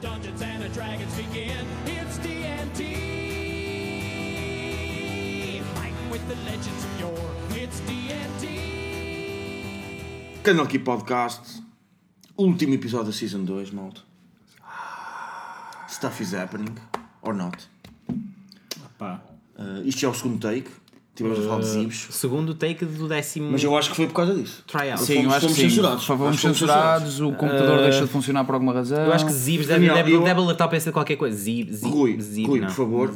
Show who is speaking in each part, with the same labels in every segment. Speaker 1: Dungeons and the Dragons begin. It's D&D. Fighting with the legends of yore. It's D&D.
Speaker 2: Canal aqui Podcast, último episódio da Season 2, malta. Stuff is happening, or not.
Speaker 3: Pá.
Speaker 2: Uh, isto já é o segundo take, tivemos
Speaker 4: Uh,
Speaker 2: a falar de Zibs,
Speaker 4: Segundo take do décimo
Speaker 2: mas eu acho que foi por causa disso.
Speaker 4: tryout.
Speaker 5: Sim, eu acho que
Speaker 2: fomos
Speaker 5: sim.
Speaker 2: censurados.
Speaker 5: Só
Speaker 2: Acho
Speaker 5: fomos
Speaker 2: que fomos
Speaker 5: censurados, o computador deixa de funcionar por alguma razão.
Speaker 4: Eu acho que Zibs deve,
Speaker 2: Daniel,
Speaker 4: deve,
Speaker 2: eu-
Speaker 4: deve alertar para essa é qualquer coisa. Zib, Zib,
Speaker 2: Rui,
Speaker 4: Zib,
Speaker 2: Rui
Speaker 4: não.
Speaker 2: por favor,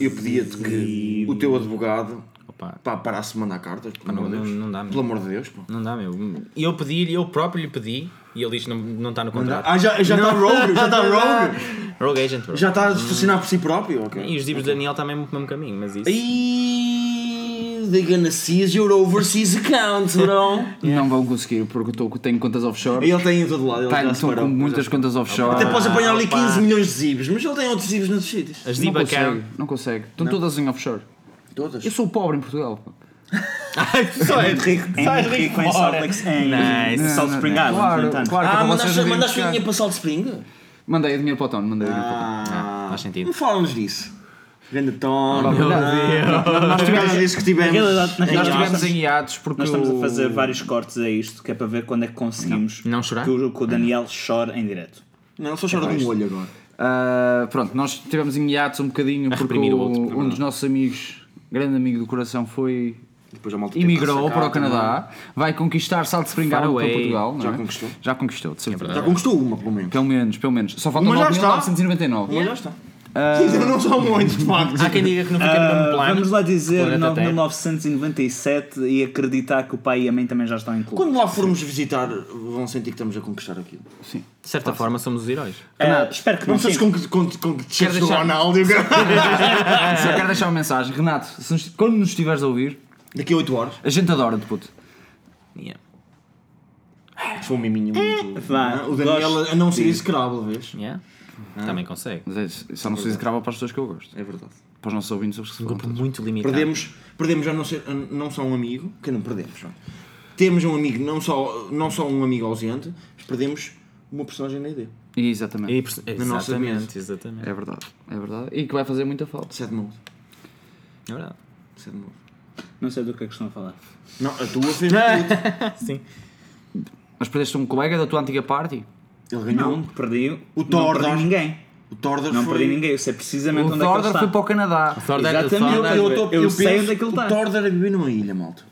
Speaker 2: eu pedia-te que o teu advogado
Speaker 4: Uhum. Opa.
Speaker 2: pá, parasse de mandar cartas, pelo
Speaker 4: não,
Speaker 2: amor de
Speaker 4: não-
Speaker 2: Deus.
Speaker 4: não dá mesmo.
Speaker 2: Pelo amor de Deus, pá.
Speaker 4: Não dá, meu. E eu pedi, eu próprio lhe pedi, e ele disse: não, não está no contrato. Tá
Speaker 2: Ah, já está rogue, já está rogue.
Speaker 4: Rogue Agent, bro.
Speaker 2: Já está a funcionar por si próprio, ok?
Speaker 4: E os livros do Daniel também vão pelo mesmo caminho, mas isso.
Speaker 2: E they're gonna seize your overseas account, bro.
Speaker 5: Não vão conseguir, porque eu tô- tenho contas offshore.
Speaker 2: Ele tem em todo lado, ele já Ah, se
Speaker 5: Estou
Speaker 2: parou.
Speaker 5: então com muitas contas offshore.
Speaker 2: Até podes apanhar ali
Speaker 4: opa.
Speaker 2: 15 milhões de zibs, mas ele tem outros zibs noutros sítios.
Speaker 4: As
Speaker 5: não
Speaker 4: Zib
Speaker 5: consegue,
Speaker 4: account.
Speaker 5: não consegue. Estão todas em offshore.
Speaker 2: Todas.
Speaker 5: Eu sou pobre em Portugal. pá.
Speaker 4: Ai, só é
Speaker 3: Rico,
Speaker 4: Sais rico
Speaker 3: rico em Salt Lake
Speaker 2: É,
Speaker 3: em
Speaker 4: Nice.
Speaker 3: Salt Spring Island,
Speaker 5: Claro,
Speaker 3: no entanto.
Speaker 5: claro que
Speaker 2: Ah,
Speaker 5: para vocês
Speaker 2: mandaste,
Speaker 5: eu
Speaker 2: mandaste
Speaker 5: digo-
Speaker 2: dinheiro para Salt Spring?
Speaker 5: Mandei dinheiro para o Tom, mandei dinheiro para o Tom.
Speaker 2: Ah,
Speaker 4: faz sentido.
Speaker 2: Não falamos disso. Grande tom.
Speaker 5: Meu né?
Speaker 2: Nós tivemos isso que
Speaker 3: Na
Speaker 2: tivemos.
Speaker 3: realidade, na
Speaker 5: Nós
Speaker 3: realidade,
Speaker 5: tivemos
Speaker 3: nós
Speaker 5: em hiatos porque
Speaker 3: nós estamos
Speaker 5: o-
Speaker 3: a fazer vários cortes a isto, que é para ver quando é que conseguimos
Speaker 4: Não chorar?
Speaker 3: Que, o, que o Daniel chore em direto.
Speaker 2: Não, só chora de um olho agora.
Speaker 5: Ah, pronto, nós tivemos em hiatos um bocadinho porque
Speaker 4: reprimir o
Speaker 5: o-
Speaker 4: outro, na
Speaker 5: um
Speaker 4: verdade.
Speaker 5: dos nossos amigos, grande amigo do coração, foi
Speaker 2: Depois a malta
Speaker 5: imigrou
Speaker 2: tenta
Speaker 5: para o
Speaker 2: sacar,
Speaker 5: Canadá, vai conquistar Salt Spring
Speaker 4: Far
Speaker 5: Island é? para
Speaker 4: away.
Speaker 5: Portugal, não
Speaker 2: Já
Speaker 5: é?
Speaker 2: conquistou?
Speaker 5: Já conquistou, de certeza.
Speaker 2: Já conquistou uma, pelo menos.
Speaker 5: Pelo menos, pelo menos. Só faltam
Speaker 2: Uma já está.
Speaker 5: 9.999.
Speaker 2: Mas já está. Sim, não são muitos, de
Speaker 5: Ah,
Speaker 2: facto.
Speaker 4: Há quem diga que não fica no mesmo
Speaker 3: Ah,
Speaker 4: Um plano.
Speaker 3: vamos lá dizer
Speaker 4: Planeta Terra.
Speaker 3: 9.997 e acreditar que o pai e a mãe também já estão incluídos.
Speaker 2: Quando lá formos visitar, vão sentir que estamos a conquistar aquilo.
Speaker 4: De certa forma, somos os heróis.
Speaker 3: Ah, espero que não
Speaker 2: Não sei
Speaker 3: seja.
Speaker 2: se com que- com- com que chefe do
Speaker 5: deixar-
Speaker 2: Ronaldo. eu quero-
Speaker 5: Só quero deixar uma mensagem. Renato, se nos- quando nos estiveres a ouvir,
Speaker 2: Daqui a 8 horas.
Speaker 5: a gente adora-te, puto.
Speaker 4: Yeah.
Speaker 2: Foi um miminho muito.
Speaker 3: Vá,
Speaker 2: O Daniel
Speaker 3: gosto.
Speaker 2: a não ser escravo, vez.
Speaker 4: Yeah. Também consegue.
Speaker 5: Mas é isso, só não preciso de crava para as pessoas que eu gosto.
Speaker 2: É verdade.
Speaker 5: Para os nossos ouvintes, eles que se
Speaker 4: Um
Speaker 5: foram
Speaker 4: grupo
Speaker 5: todos.
Speaker 4: muito limitado.
Speaker 2: Perdemos, perdemos a não, ser, a não só um amigo, que não perdemos. não. Temos um amigo, não só, não só um amigo ausente, mas perdemos uma personagem na ID.
Speaker 5: E, Exatamente.
Speaker 4: E, perce-
Speaker 2: nossa
Speaker 4: exatamente,
Speaker 2: mesa.
Speaker 4: exatamente.
Speaker 5: É verdade, é verdade. E que vai fazer muita falta.
Speaker 2: Sad mode.
Speaker 4: É verdade.
Speaker 2: Sad mode.
Speaker 3: Não sei do que é que estão a falar.
Speaker 2: Não, a tua fez muito.
Speaker 4: Sim.
Speaker 5: Mas perdeste um colega da tua antiga party?
Speaker 2: Ele ganhou.
Speaker 3: Não, perdi.
Speaker 2: O
Speaker 3: não
Speaker 2: Thordas.
Speaker 3: perdi ninguém.
Speaker 2: O Tordas
Speaker 3: Não
Speaker 2: foi.
Speaker 3: perdi ninguém. Eu sei precisamente
Speaker 5: O
Speaker 3: onde é que ele
Speaker 5: Thorder
Speaker 3: está.
Speaker 5: foi para o Canadá.
Speaker 3: Exatamente.
Speaker 4: Exatamente.
Speaker 3: Eu-
Speaker 4: Eu,
Speaker 3: eu- sei onde é que
Speaker 2: O
Speaker 3: ele está.
Speaker 2: Tordas a viver numa ilha, malta.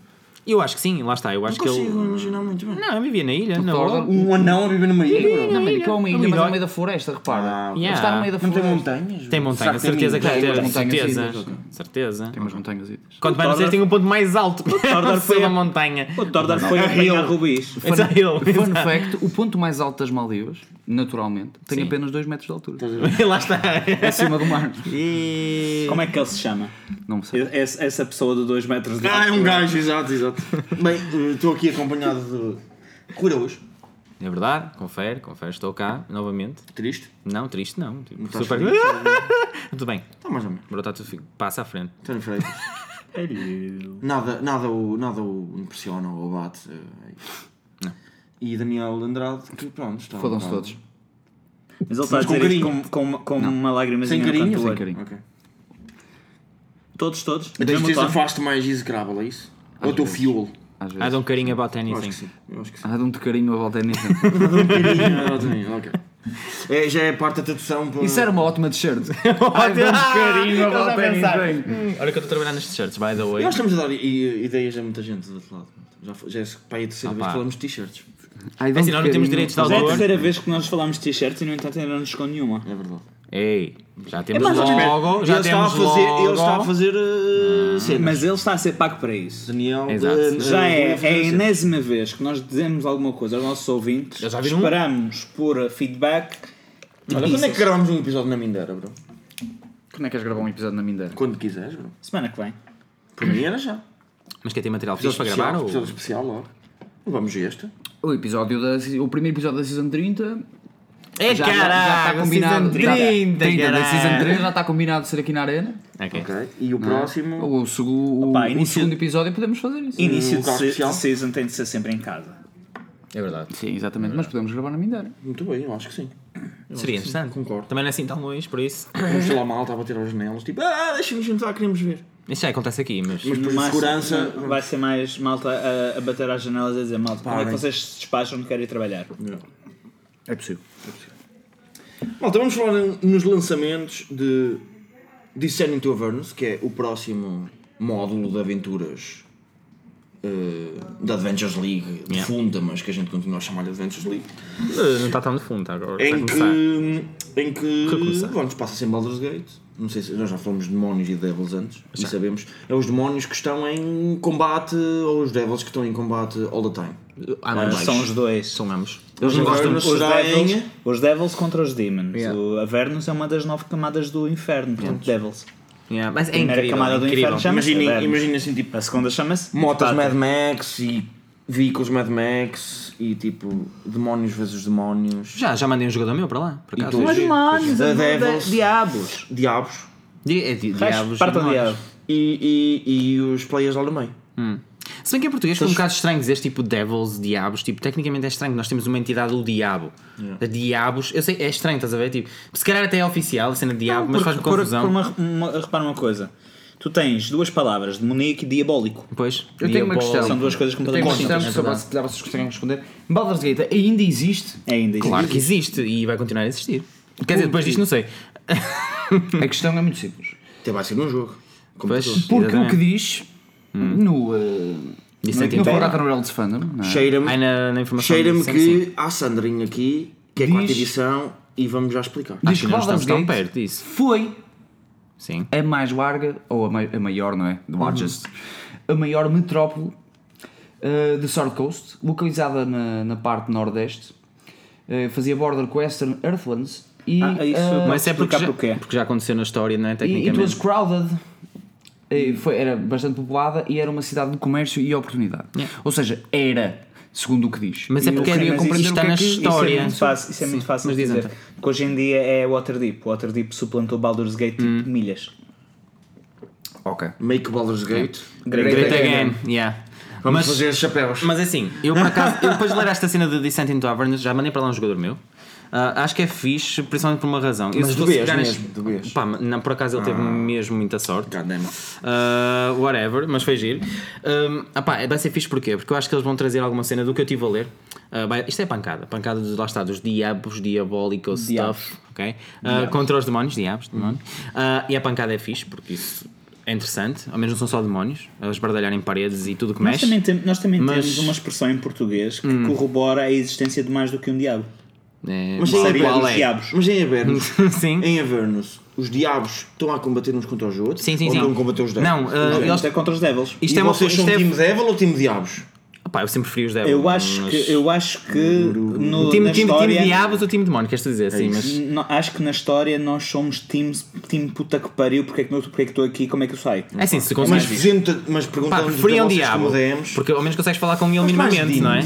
Speaker 4: acho que sim, lá está. Eu acho
Speaker 2: Não
Speaker 4: que
Speaker 2: consigo
Speaker 4: ele.
Speaker 2: imaginar muito bem.
Speaker 4: Não, eu vivia na ilha, na
Speaker 5: Thorder-
Speaker 4: boa.
Speaker 2: Um anão a viver numa ilha,
Speaker 5: Na
Speaker 2: bro.
Speaker 5: América é uma ilha, mas é
Speaker 4: herói.
Speaker 5: no meio da floresta, repara.
Speaker 2: Ah,
Speaker 5: Ele
Speaker 4: Yeah.
Speaker 5: Está no meio da
Speaker 2: Não
Speaker 5: floresta.
Speaker 2: tem montanhas?
Speaker 4: Tem montanha, certeza que
Speaker 2: tem
Speaker 4: tem.
Speaker 5: ilhas,
Speaker 4: Certeza.
Speaker 5: montanhas,
Speaker 4: Certeza.
Speaker 5: ilhas,
Speaker 4: certeza.
Speaker 5: Tem umas montanhas idas.
Speaker 4: Quando vai no
Speaker 3: Thorder-
Speaker 4: tem um ponto mais alto. foi
Speaker 3: Thorder foi a-
Speaker 4: uma montanha. é
Speaker 3: O Tordar foi apanhar rubis.
Speaker 4: It's a hill.
Speaker 5: Fun fact, o ponto mais alto das Maldivas, naturalmente, tem apenas 2 metros de altura. É
Speaker 4: lá está.
Speaker 5: Acima do mar.
Speaker 4: E...
Speaker 3: Como é que ele se chama?
Speaker 5: Não sei.
Speaker 3: Esse- Essa pessoa de 2 metros de
Speaker 2: Ah, é um
Speaker 3: altura.
Speaker 2: gajo, exato, exato. Bem, eh, estou aqui acompanhado de Curaús.
Speaker 4: É verdade, confere, confere, estou cá novamente.
Speaker 2: Triste.
Speaker 4: Não, triste não. Tipo,
Speaker 2: estás
Speaker 4: super.
Speaker 2: feliz?
Speaker 4: tudo bem,
Speaker 2: Está Tá mais ou menos.
Speaker 4: bro, está tudo fi- passa à frente.
Speaker 2: Tony Freitas. nada, nada, o, nada o impressiona ou abate. eh, é isso. E Daniel Andrade, que pronto, está.
Speaker 5: Fodam-se
Speaker 2: um
Speaker 5: todos.
Speaker 2: bocado-
Speaker 3: Mas ele está a
Speaker 2: Mas com
Speaker 3: dizer isto
Speaker 2: carinho.
Speaker 3: com, com, com uma lágrimazinha
Speaker 2: Sem
Speaker 3: no canto
Speaker 2: carinho,
Speaker 3: do
Speaker 2: sem
Speaker 3: olho.
Speaker 5: carinho.
Speaker 2: Ok. Então
Speaker 3: Todos, todos.
Speaker 2: Tens de
Speaker 3: Mesmo
Speaker 2: ter
Speaker 3: tom.
Speaker 2: afaste mais execrável, é isso? Ou o teu
Speaker 5: vezes.
Speaker 2: fuel?
Speaker 5: Às
Speaker 4: I
Speaker 5: vezes.
Speaker 4: don't um carinho about
Speaker 2: Eu acho
Speaker 4: anything.
Speaker 2: que sim. Eu acho que sim.
Speaker 5: Ah, dá-me de carinho a volta é nisso.
Speaker 2: Ah, Daniel, ok. É, já é parte da tradução para.
Speaker 5: Isso era uma ótima t-shirt.
Speaker 4: Ai,
Speaker 5: dá-me de carinho a
Speaker 4: estás
Speaker 5: volta é
Speaker 4: pensar.
Speaker 5: nisso.
Speaker 4: Hum, Olha que eu estou a trabalhar nestes shirts, by the way.
Speaker 2: Nós estamos a dar i- ideias a muita gente do outro lado. Já, foi- já é para aí a terceira
Speaker 4: Ah,
Speaker 2: vez
Speaker 4: pá.
Speaker 2: que falamos de t-shirts.
Speaker 5: Ai, dá-me
Speaker 4: É assim,
Speaker 5: de
Speaker 4: nós não temos
Speaker 5: carinho.
Speaker 4: direitos de
Speaker 3: Já é a
Speaker 4: autor.
Speaker 3: terceira vez que nós falámos de t-shirts e no entanto ainda não nos chegou nenhuma.
Speaker 2: É verdade.
Speaker 4: Ei, já temos
Speaker 2: É, Mas,
Speaker 4: logo, já
Speaker 2: ele está a
Speaker 4: temos
Speaker 2: fazer,
Speaker 4: logo.
Speaker 2: Ele está a fazer eh, cenas.
Speaker 3: Mas ele está a ser pago para isso.
Speaker 2: Daniel.
Speaker 4: Exato.
Speaker 2: eh,
Speaker 3: Já
Speaker 2: eh,
Speaker 3: é,
Speaker 2: fazer
Speaker 3: é a
Speaker 2: cenas.
Speaker 3: enésima vez que nós dizemos alguma coisa aos nossos ouvintes.
Speaker 4: Eu já vi um.
Speaker 3: Esperamos por feedback.
Speaker 2: Olha,
Speaker 3: Isso.
Speaker 2: quando é que gravámos um episódio na Mindera, bro?
Speaker 5: Quando é que queres gravar um episódio na Mindera?
Speaker 2: Quando quiseres, bro.
Speaker 3: Semana que vem.
Speaker 2: Para mim era já.
Speaker 4: Mas quer ter material
Speaker 2: Episódio
Speaker 4: fixe para
Speaker 2: especial,
Speaker 4: gravar? Ou...
Speaker 2: episódio especial logo. Vamos a este.
Speaker 5: O episódio da... O primeiro episódio da Season 30...
Speaker 4: É
Speaker 5: Já, já está
Speaker 4: caralho,
Speaker 5: combinado.
Speaker 4: season 30,
Speaker 5: da né? Season
Speaker 4: caralho.
Speaker 5: 3 já está combinado de ser aqui na Arena.
Speaker 4: Ok.
Speaker 2: Ok. E o
Speaker 4: é?
Speaker 2: próximo.
Speaker 5: O, segu- o,
Speaker 3: Opa,
Speaker 5: o
Speaker 3: início-
Speaker 5: segundo episódio podemos fazer isso.
Speaker 3: Início de,
Speaker 2: lugar
Speaker 3: se,
Speaker 2: especial.
Speaker 3: de season tem de ser sempre em casa.
Speaker 4: É verdade.
Speaker 5: Sim, exatamente. Mas podemos gravar na Mindera.
Speaker 2: Muito bem, eu acho que sim.
Speaker 4: Seria interessante.
Speaker 2: concordo.
Speaker 4: Também não é assim tão longe, por isso.
Speaker 2: Vamos lá mal, estava a bater aos janelas, tipo, ah, deixa-nos entrar, queremos ver.
Speaker 4: Isso já acontece aqui, mas.
Speaker 2: Mas por
Speaker 3: Mas
Speaker 2: segurança.
Speaker 3: Vai ser mais malta a, a bater às janelas a dizer malta, como é que
Speaker 2: Parem.
Speaker 3: vocês se despacham de querem ir trabalhar?
Speaker 2: É possível. Malta, vamos falar em- nos lançamentos de Descending to Avernus, que é o próximo módulo de aventuras eh, da Adventures League, de
Speaker 4: Yeah.
Speaker 2: funda, mas que a gente continua a chamar de Adventures League,
Speaker 4: Eh, Não está tão de fundo, tá agora. Vai
Speaker 2: em
Speaker 4: começar.
Speaker 2: que, em que
Speaker 4: Recomeçar.
Speaker 2: vamos, passa-se em Baldur's Gate. Não sei se nós já falamos de demónios e devils antes, e sabemos. É os demónios que estão em combate ou os devils que estão em combate all the time.
Speaker 4: Ah, não,
Speaker 3: São os dois.
Speaker 4: São ambos.
Speaker 2: Eles
Speaker 4: não gostam
Speaker 2: Avernus
Speaker 4: muito.
Speaker 3: Os
Speaker 2: será em-
Speaker 3: devils, os devils contra os demons.
Speaker 5: Yeah.
Speaker 3: O Avernus é uma das nove camadas do inferno, portanto, devils.
Speaker 4: Yeah, mas é
Speaker 3: primeira
Speaker 4: incrível.
Speaker 3: camada
Speaker 4: é
Speaker 3: do
Speaker 4: incrível.
Speaker 3: inferno chama-se
Speaker 2: Imaginem
Speaker 3: Avernus.
Speaker 2: imaginem assim, tipo,
Speaker 3: A segunda chama-se
Speaker 2: motas
Speaker 4: Tipo,
Speaker 3: Pátria.
Speaker 2: Mad Max e veículos Mad Max e tipo demónios vezes demónios.
Speaker 4: Já, já mandei um jogador meu para lá, por
Speaker 2: E
Speaker 4: acaso.
Speaker 2: todos-
Speaker 3: Mas demônios,
Speaker 2: The
Speaker 3: de-
Speaker 2: Devils.
Speaker 3: de- diabos.
Speaker 2: Diabos.
Speaker 4: Di- é di- diabos.
Speaker 3: Parta o
Speaker 4: demais.
Speaker 3: diabo.
Speaker 2: E, e, e os players lá no meio.
Speaker 4: Se bem que em português foi um bocado estranho dizer tipo devils, diabos, tipo, tecnicamente é estranho, nós temos uma entidade, o diabo. Diabos, eu sei, é estranho, estás a ver? Tipo, se calhar até é oficial a cena de diabo, mas
Speaker 3: Porque-
Speaker 4: faz-me
Speaker 3: por-
Speaker 4: confusão.
Speaker 3: por uma- uma- repara uma coisa. Tu tens duas palavras, demoníaco e diabólico.
Speaker 4: Depois,
Speaker 5: Eu tenho uma questão.
Speaker 3: São duas coisas
Speaker 5: Eu tenho uma
Speaker 3: completamente
Speaker 5: questão
Speaker 3: distintas.
Speaker 5: que
Speaker 4: é
Speaker 5: só
Speaker 4: verdade.
Speaker 5: se calhar vocês conseguem responder. Baldur's Gate ainda existe?
Speaker 3: É ainda existe.
Speaker 4: Claro que existe e vai continuar a existir. Quer dizer, depois disto não sei.
Speaker 5: A questão é muito simples.
Speaker 2: Até vai ser num jogo. Como
Speaker 4: Pois,
Speaker 2: todo.
Speaker 5: Porque o
Speaker 4: exatamente. Hum.
Speaker 5: que diz no. Uh,
Speaker 4: Isso é
Speaker 5: no
Speaker 4: tipo-
Speaker 5: Forgotten Realms Fandom, não é?
Speaker 4: Ai,
Speaker 2: Cheira-me
Speaker 4: na, na informação.
Speaker 2: cheira-me
Speaker 4: sim,
Speaker 2: que
Speaker 4: sim.
Speaker 2: há Sandrinho aqui, que é quarta
Speaker 5: Diz-
Speaker 2: edição, e vamos já explicar.
Speaker 5: Diz
Speaker 4: que
Speaker 5: que
Speaker 4: não estamos
Speaker 5: Baldur's
Speaker 4: tão
Speaker 5: Gate
Speaker 4: perto disso.
Speaker 5: foi
Speaker 4: Sim.
Speaker 5: a mais larga, ou a, mai- a maior, não é?
Speaker 4: Uhum.
Speaker 5: The largest. A maior metrópole uh, de Sword Coast, localizada na, na parte nordeste. Uh, fazia border com Western Earthlands e.
Speaker 3: Ah, é isso.
Speaker 5: uh,
Speaker 4: Mas é porque já,
Speaker 3: explicar porquê.
Speaker 4: porque já aconteceu na história, não é?
Speaker 5: E it was
Speaker 4: Tecnicamente.
Speaker 5: crowded. E foi- era bastante povoada e era uma cidade de comércio e oportunidade. Ou seja, era, segundo o que diz.
Speaker 4: Mas é
Speaker 5: E eu
Speaker 4: porque
Speaker 5: queria
Speaker 4: mas
Speaker 5: compreender
Speaker 4: isto
Speaker 5: o
Speaker 4: está
Speaker 5: que é que-
Speaker 4: na história.
Speaker 3: Isso é muito fácil, isso é muito fácil
Speaker 4: mas
Speaker 3: de
Speaker 4: diz
Speaker 3: dizer.
Speaker 4: então.
Speaker 3: Porque hoje em dia é Waterdeep. Waterdeep suplantou Baldur's Gate tipo
Speaker 4: Hum.
Speaker 3: milhas.
Speaker 5: Ok.
Speaker 2: Make Baldur's Gate.
Speaker 4: Great,
Speaker 5: Great
Speaker 4: again. yeah.
Speaker 2: Vamos
Speaker 4: Mas-
Speaker 2: fazer chapéus.
Speaker 4: Mas é assim, eu por acaso, eu depois de ler esta cena de Descent into Avernus, já mandei para lá um jogador meu. Ah, acho que é fixe, principalmente por uma razão. Eu,
Speaker 2: Mas
Speaker 4: se
Speaker 2: do
Speaker 4: fosse
Speaker 2: vês
Speaker 4: pegar
Speaker 2: mesmo, Ah. do vês.
Speaker 4: Pá, não, por acaso ele teve mesmo muita sorte.
Speaker 2: Goddamn.
Speaker 4: Ah, whatever, mas foi giro. Um, ah pá, vai ser fixe porquê? Porque eu acho que eles vão trazer alguma cena do que eu estive a ler. Ah, vai- isto é pancada, pancada dos lá está, dos diabos, diabólico stuff, ok? Ah, contra os demónios, diabos,
Speaker 2: Uhum.
Speaker 4: demónio. Ah, e a pancada é fixe, porque isso é interessante. Ao menos não são só demónios, eles bardalharem paredes e tudo que
Speaker 3: Nós
Speaker 4: mexe.
Speaker 3: também, tem- nós também
Speaker 4: Mas- Hum.
Speaker 3: temos uma expressão em português que corrobora a existência de mais do que um diabo.
Speaker 4: É,
Speaker 2: Mas
Speaker 4: qual-
Speaker 2: sem
Speaker 3: Seria
Speaker 4: qual
Speaker 3: dos
Speaker 4: é?
Speaker 3: diabos.
Speaker 2: Mas em Avernus,
Speaker 4: Sim.
Speaker 2: em Avernus, os diabos estão a combater uns contra os outros?
Speaker 4: Sim, sim,
Speaker 2: ou
Speaker 4: sim.
Speaker 2: estão a combater os devils?
Speaker 4: Não, ah,
Speaker 2: Os devils.
Speaker 4: eles-
Speaker 3: Isto é contra os devils.
Speaker 4: Isto
Speaker 2: e
Speaker 4: é uma
Speaker 2: vocês são
Speaker 4: isto é-
Speaker 2: time devil ou time diabos?
Speaker 4: Opá, eu sempre preferi os devils.
Speaker 3: Eu acho
Speaker 4: mas-
Speaker 3: que, eu acho que no,
Speaker 4: Time,
Speaker 3: na
Speaker 4: time,
Speaker 3: história,
Speaker 4: time diabos ou time demónio, queres dizer? Sim, mas.
Speaker 3: N- não- acho que na história nós somos time, time puta que pariu, porque é que não- porque é que estou aqui, como é que eu saio?
Speaker 4: É assim, se
Speaker 2: Mas,
Speaker 4: consegues.
Speaker 2: presenta, mas
Speaker 4: Pá,
Speaker 2: perguntamos
Speaker 4: preferia um diabo.
Speaker 2: como DMs.
Speaker 4: Porque ao menos consegues falar com ele
Speaker 2: mais
Speaker 4: minimamente, não é?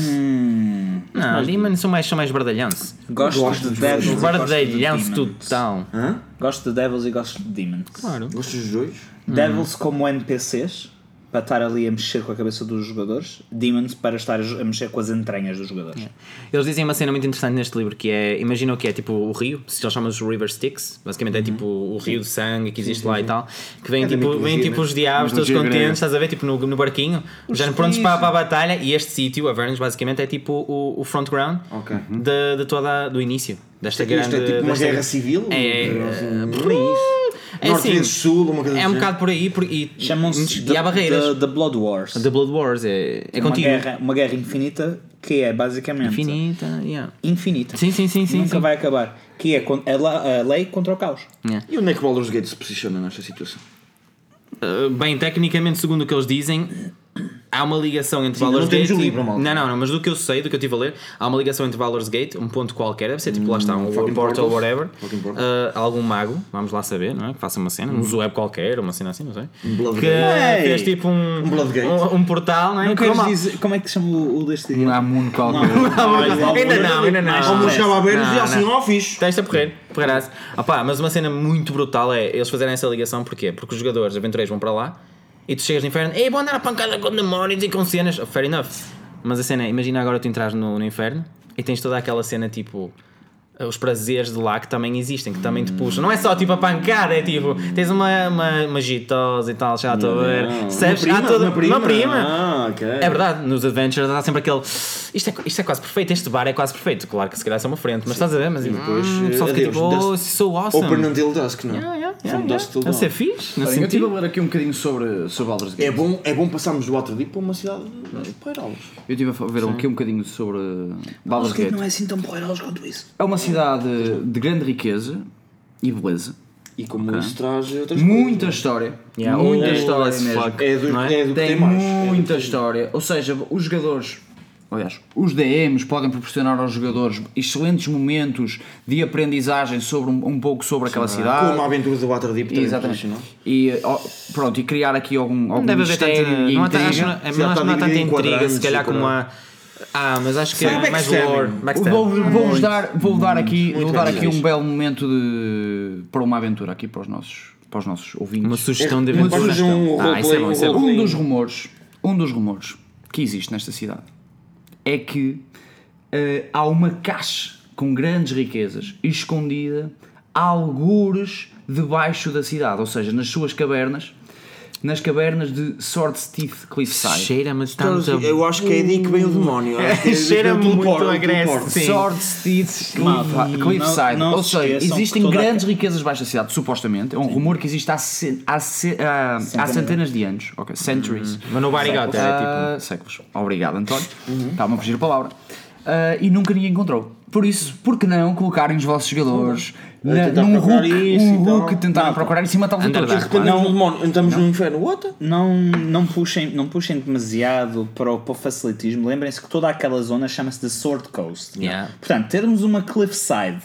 Speaker 4: Não, demons são mais, são mais bardalhanço.
Speaker 3: Gosto,
Speaker 2: Gosto
Speaker 3: de
Speaker 2: dos
Speaker 3: devils.
Speaker 2: dois.
Speaker 3: e gosto de
Speaker 4: Bardalhanço
Speaker 3: demons.
Speaker 4: total.
Speaker 2: Hã?
Speaker 3: Gosto de devils e gosto de demons.
Speaker 4: Claro.
Speaker 2: Gostas dos dois?
Speaker 4: Hum.
Speaker 3: Devils como NPCs para estar ali a mexer com a cabeça dos jogadores, Demons para estar a mexer com as entranhas dos jogadores.
Speaker 4: Eles dizem uma cena muito interessante neste livro que é, imagina o que é tipo o rio, se eles chamam os River Styx, basicamente é tipo o rio de sangue que existe lá e tal, que vem
Speaker 2: É da
Speaker 4: tipo,
Speaker 2: mitologia,
Speaker 4: vêm tipo
Speaker 2: né?
Speaker 4: os diabos todos
Speaker 2: Mitologia grega.
Speaker 4: contentes, estás a ver, tipo no, no barquinho, já prontos para, para a batalha e este sítio, Avernus, basicamente é tipo o, o front ground
Speaker 2: Ok.
Speaker 4: de, de toda, do início, desta grande...
Speaker 2: Uhum. Isto é tipo uma
Speaker 4: desta-
Speaker 2: guerra civil?
Speaker 4: É,
Speaker 2: Um negócio- Nem isso.
Speaker 4: É
Speaker 2: Norte
Speaker 4: assim,
Speaker 2: versus Sul, uma coisa assim.
Speaker 4: É um
Speaker 2: do
Speaker 4: bocado por aí por, e
Speaker 3: Chamam-se
Speaker 4: e há barreiras.
Speaker 3: The Blood Wars.
Speaker 4: The Blood Wars é, é,
Speaker 3: é uma,
Speaker 4: contigo.
Speaker 3: guerra, uma guerra infinita que é basicamente
Speaker 4: Infinita, yeah.
Speaker 3: infinita.
Speaker 4: Sim, sim, sim, sim.
Speaker 3: Nunca
Speaker 4: sim.
Speaker 3: vai acabar. Que é con- a la- a lei contra o caos.
Speaker 4: Yeah.
Speaker 2: E onde é que o Baldur's Gate se posiciona nesta situação?
Speaker 4: Uh, bem, tecnicamente, segundo o que eles dizem, há uma ligação entre
Speaker 2: Sim,
Speaker 4: Baldur's
Speaker 2: não temos
Speaker 4: Gate.
Speaker 2: o
Speaker 4: e-
Speaker 2: livro,
Speaker 4: não,
Speaker 2: malta.
Speaker 4: não, não, mas do que eu sei, do que eu estive a ler, há uma ligação entre Baldur's Gate, um ponto qualquer, deve ser tipo lá está, um
Speaker 2: fucking
Speaker 4: World Portal
Speaker 2: portals.
Speaker 4: ou whatever.
Speaker 2: Fucking portals.
Speaker 4: Uh, algum mago, vamos lá saber, não é? Que faça uma cena, um Zoeb qualquer, uma cena assim, não sei.
Speaker 2: Hum. Um Blood
Speaker 4: que
Speaker 2: Gate.
Speaker 4: fez tipo um,
Speaker 2: Um Blood Gate.
Speaker 4: um, um portal, não é?
Speaker 3: Não
Speaker 4: Que
Speaker 3: queres
Speaker 4: uma-
Speaker 3: dizer como é que se chama o, o deste
Speaker 5: Um
Speaker 3: dia?
Speaker 5: amuno qualquer.
Speaker 4: Ainda não, ainda não.
Speaker 3: Mais
Speaker 4: Ou
Speaker 2: Como
Speaker 4: Parece.
Speaker 2: chegava a ver e
Speaker 4: Não,
Speaker 2: dizia assim,
Speaker 4: não.
Speaker 2: ó fixe.
Speaker 4: Tens a porrer, porrarás. Ah pá, mas uma cena muito brutal é eles fazerem essa ligação, porquê? Porque os jogadores aventureiros vão para lá e tu chegas no inferno, ei, vou andar a pancada com demónios e com cenas. Fair enough. Mas a cena é, imagina agora tu entras no, no inferno e tens toda aquela cena tipo. os prazeres de lá que também existem, que também te
Speaker 2: Hum.
Speaker 4: puxam. Não é só tipo a pancada, é tipo, tens uma, uma, uma gitosa e tal, já estou a ver. Sabes? Há toda-
Speaker 2: uma prima.
Speaker 4: Uma prima.
Speaker 2: Ah, ok.
Speaker 4: É verdade, nos Adventures há sempre aquele. Isto é, isto é quase perfeito, este bar é quase perfeito. Claro que se calhar são uma frente, mas estás a ver? Mas depois. Hum, o pessoal fica
Speaker 2: adeus,
Speaker 4: tipo, oh,
Speaker 2: dust-
Speaker 4: so awesome.
Speaker 2: Open until dusk, não?
Speaker 4: Yeah, yeah,
Speaker 2: From
Speaker 4: yeah,
Speaker 2: dusk till
Speaker 4: yeah. Isso é
Speaker 2: dawn.
Speaker 4: fixe,
Speaker 5: Olha,
Speaker 4: nesse
Speaker 5: eu estive a
Speaker 4: sentido.
Speaker 5: ler aqui um bocadinho sobre, sobre Baldur's Gate.
Speaker 2: É bom, é bom passarmos do Waterdeep para uma cidade de Poirales.
Speaker 5: Eu estive a ver aqui um bocadinho sobre Baldur's Gate.
Speaker 3: é assim tão poeiroso quanto isso.
Speaker 5: É uma cidade de grande riqueza e beleza.
Speaker 2: E como isso traz outras
Speaker 5: Muita história.
Speaker 4: Yeah,
Speaker 5: muita
Speaker 4: old
Speaker 5: história
Speaker 4: as
Speaker 5: mesmo.
Speaker 4: fuck.
Speaker 2: coisas. É do,
Speaker 4: não é?
Speaker 2: é do que
Speaker 5: Tem,
Speaker 2: tem mais. É do que
Speaker 5: muita
Speaker 2: tem-
Speaker 5: história. Ou seja, os jogadores, aliás, os DMs podem proporcionar aos jogadores excelentes momentos de aprendizagem sobre um, um pouco sobre aquela cidade.
Speaker 2: é? Ah, Como a aventura do Waterdeep também.
Speaker 5: Exatamente.
Speaker 2: não é?
Speaker 5: E ó, pronto, e criar aqui algum, algum
Speaker 4: Não deve haver tanta.
Speaker 5: mistério e
Speaker 4: Não há ta- acho-
Speaker 5: um intriga.
Speaker 2: Já
Speaker 4: é- não
Speaker 2: está
Speaker 4: acho- não há tanta
Speaker 2: dividido em
Speaker 4: intriga, se
Speaker 2: quadrantes,
Speaker 4: calhar, como
Speaker 2: caralho.
Speaker 4: há. Ah, mas acho que
Speaker 2: Foi um
Speaker 4: é mais
Speaker 2: backstabbing.
Speaker 4: lore.
Speaker 5: Vou-
Speaker 4: Backstabbing.
Speaker 5: Vou-vos dar, vou dar aqui, vou dar aqui
Speaker 2: fixe.
Speaker 5: um belo momento de, para uma aventura aqui para os nossos, para os nossos ouvintes.
Speaker 4: Uma sugestão de
Speaker 2: Uma
Speaker 4: aventura.
Speaker 2: sugestão, um
Speaker 4: Ah, isso é bom, isso é bom.
Speaker 5: Um dos rumores, um dos rumores que existe nesta cidade é que eh, há uma caixa com grandes riquezas escondida a algures debaixo da cidade, ou seja, nas suas cavernas, nas cavernas de Swordsteeth Cliffside.
Speaker 4: Cheira-me
Speaker 2: Então,
Speaker 4: tanto. a-
Speaker 2: Eu acho que é daí que vem o demónio. acho que é daí que vem
Speaker 4: Cheira-me
Speaker 2: o
Speaker 4: muito
Speaker 2: teleporte, o
Speaker 4: agreste,
Speaker 2: teleporte.
Speaker 4: sim.
Speaker 5: Swordsteeth
Speaker 3: Malta,
Speaker 5: Cliff- Cliffside.
Speaker 3: não- não
Speaker 5: ou
Speaker 3: se
Speaker 5: seja,
Speaker 3: esqueçam que
Speaker 5: existem
Speaker 3: toda a-
Speaker 5: grandes riquezas debaixo da cidade, supostamente. É um rumor que existe há, cen- há ce- há- há
Speaker 3: Centenas. Uhum.
Speaker 5: centenas de anos. Ok, centuries.
Speaker 4: Mas no bar e gato, é tipo.
Speaker 5: Ah, séculos. Obrigado, António. Está-me a fugir a palavra. Ah, e nunca ninguém encontrou. Por isso, por que não colocarem os vossos jogadores na,
Speaker 2: tentar
Speaker 5: num
Speaker 2: procurar
Speaker 5: hook,
Speaker 2: isso então.
Speaker 5: um
Speaker 2: e tal.
Speaker 5: hook tentarem procurar em cima de tal
Speaker 4: Underdark.
Speaker 2: De repente
Speaker 4: Não.
Speaker 2: entramos no demónio, entramos no inferno. What?
Speaker 3: Não, não, puxem, não puxem demasiado para o, para o facilitismo. Lembrem-se que toda aquela zona chama-se de Sword Coast. é?
Speaker 4: Yeah.
Speaker 3: Portanto, termos uma cliffside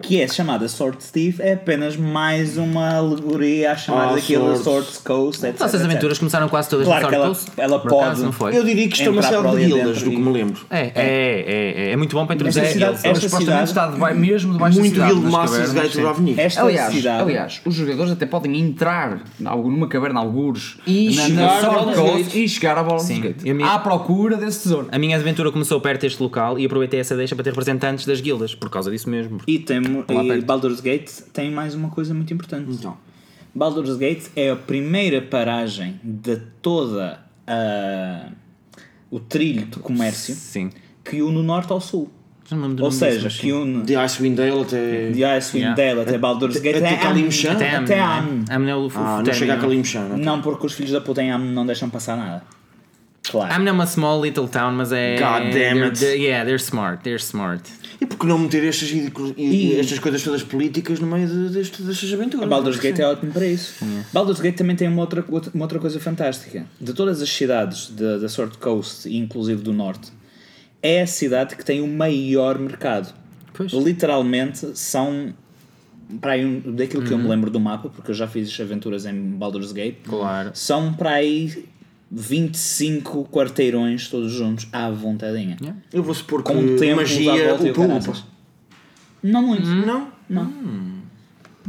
Speaker 3: que é chamada Sword Steve é apenas mais uma alegoria a chamar
Speaker 2: Ah,
Speaker 3: daquilo
Speaker 2: Sword.
Speaker 3: Sword Coast, etc.
Speaker 4: Nossas
Speaker 3: etc.
Speaker 4: aventuras começaram quase todas
Speaker 3: Claro
Speaker 4: no
Speaker 3: que ela-
Speaker 4: Source Post,
Speaker 3: ela
Speaker 4: por
Speaker 3: pode.
Speaker 4: acaso, não foi?
Speaker 2: Eu diria que isto é uma
Speaker 3: Entrar por
Speaker 2: cidade de
Speaker 3: ali
Speaker 2: guildas,
Speaker 3: dentro
Speaker 2: do que
Speaker 3: e-
Speaker 2: me lembro.
Speaker 4: É, é, é, é. É muito bom para introduzir
Speaker 3: Esta
Speaker 4: a guilda.
Speaker 3: cidade-
Speaker 5: Mas
Speaker 3: esta
Speaker 5: supostamente
Speaker 3: cidade-
Speaker 5: está deba- mesmo debaixo
Speaker 2: Muito
Speaker 5: da cidade.
Speaker 2: guild
Speaker 5: nas
Speaker 2: masters
Speaker 5: cavernas,
Speaker 2: gaito do Avenir.
Speaker 3: Esta
Speaker 5: aliás,
Speaker 3: cidade.
Speaker 5: aliás, os jogadores até podem entrar em algum- numa caverna, algures,
Speaker 2: E
Speaker 5: na,
Speaker 2: chegar
Speaker 5: na
Speaker 2: a
Speaker 5: Sword
Speaker 2: Baldur's
Speaker 5: Coast
Speaker 2: Gate.
Speaker 5: e chegar a Baldur's
Speaker 4: Sim.
Speaker 5: Gate.
Speaker 4: E a minha-
Speaker 5: À procura desse tesouro.
Speaker 4: A minha aventura começou perto deste local e aproveitei essa deixa para ter representantes das guildas, por causa disso mesmo.
Speaker 3: E, temo,
Speaker 5: Lá
Speaker 3: e
Speaker 5: perto.
Speaker 3: Baldur's Gate tem mais uma coisa muito importante.
Speaker 2: Então.
Speaker 3: Baldur's Gate é a primeira paragem de toda a- o trilho de comércio
Speaker 4: Sim.
Speaker 3: que une o norte ao sul.
Speaker 4: Já não me lembro do
Speaker 3: Ou
Speaker 4: nome disso,
Speaker 3: seja,
Speaker 4: mas sim.
Speaker 3: que une
Speaker 2: De Icewind Dale até.
Speaker 3: de Icewind
Speaker 4: Yeah.
Speaker 3: Dale até Baldur's Gate
Speaker 2: até
Speaker 3: até
Speaker 2: Kalimshan?
Speaker 3: Am.
Speaker 4: Até
Speaker 3: Até
Speaker 4: a
Speaker 3: Am.
Speaker 4: Amn é o
Speaker 2: Ah,
Speaker 4: o
Speaker 2: não chega a
Speaker 4: término.
Speaker 2: Kalimshan.
Speaker 3: Não porque os filhos da puta em Am não deixam passar nada. Claro.
Speaker 4: Amn é uma small little town, mas é.
Speaker 2: God damn it.
Speaker 4: they're- they're- yeah, they're smart, they're smart.
Speaker 2: E por que não meter estas, ridicul- e- e estas coisas todas políticas no meio de- deste, destas aventuras?
Speaker 3: Baldur's Gate é ótimo para isso. Baldur's Gate também tem uma outra, outra- uma outra coisa fantástica. De todas as cidades da da Sword Coast, inclusive do Norte, é a cidade que tem o maior mercado.
Speaker 4: Pois.
Speaker 3: Literalmente são. Para aí, um- daquilo
Speaker 4: Uhum.
Speaker 3: que eu me lembro do mapa, porque eu já fiz aventuras em Baldur's Gate,
Speaker 4: Claro.
Speaker 3: são para aí 25 quarteirões todos juntos à vontadinha.
Speaker 2: Eu vou supor que
Speaker 3: Com templos à
Speaker 2: magia
Speaker 3: volta e Eh, o
Speaker 2: upa upa.
Speaker 3: caraças. Não muito.
Speaker 2: Não?
Speaker 3: Não. Hum.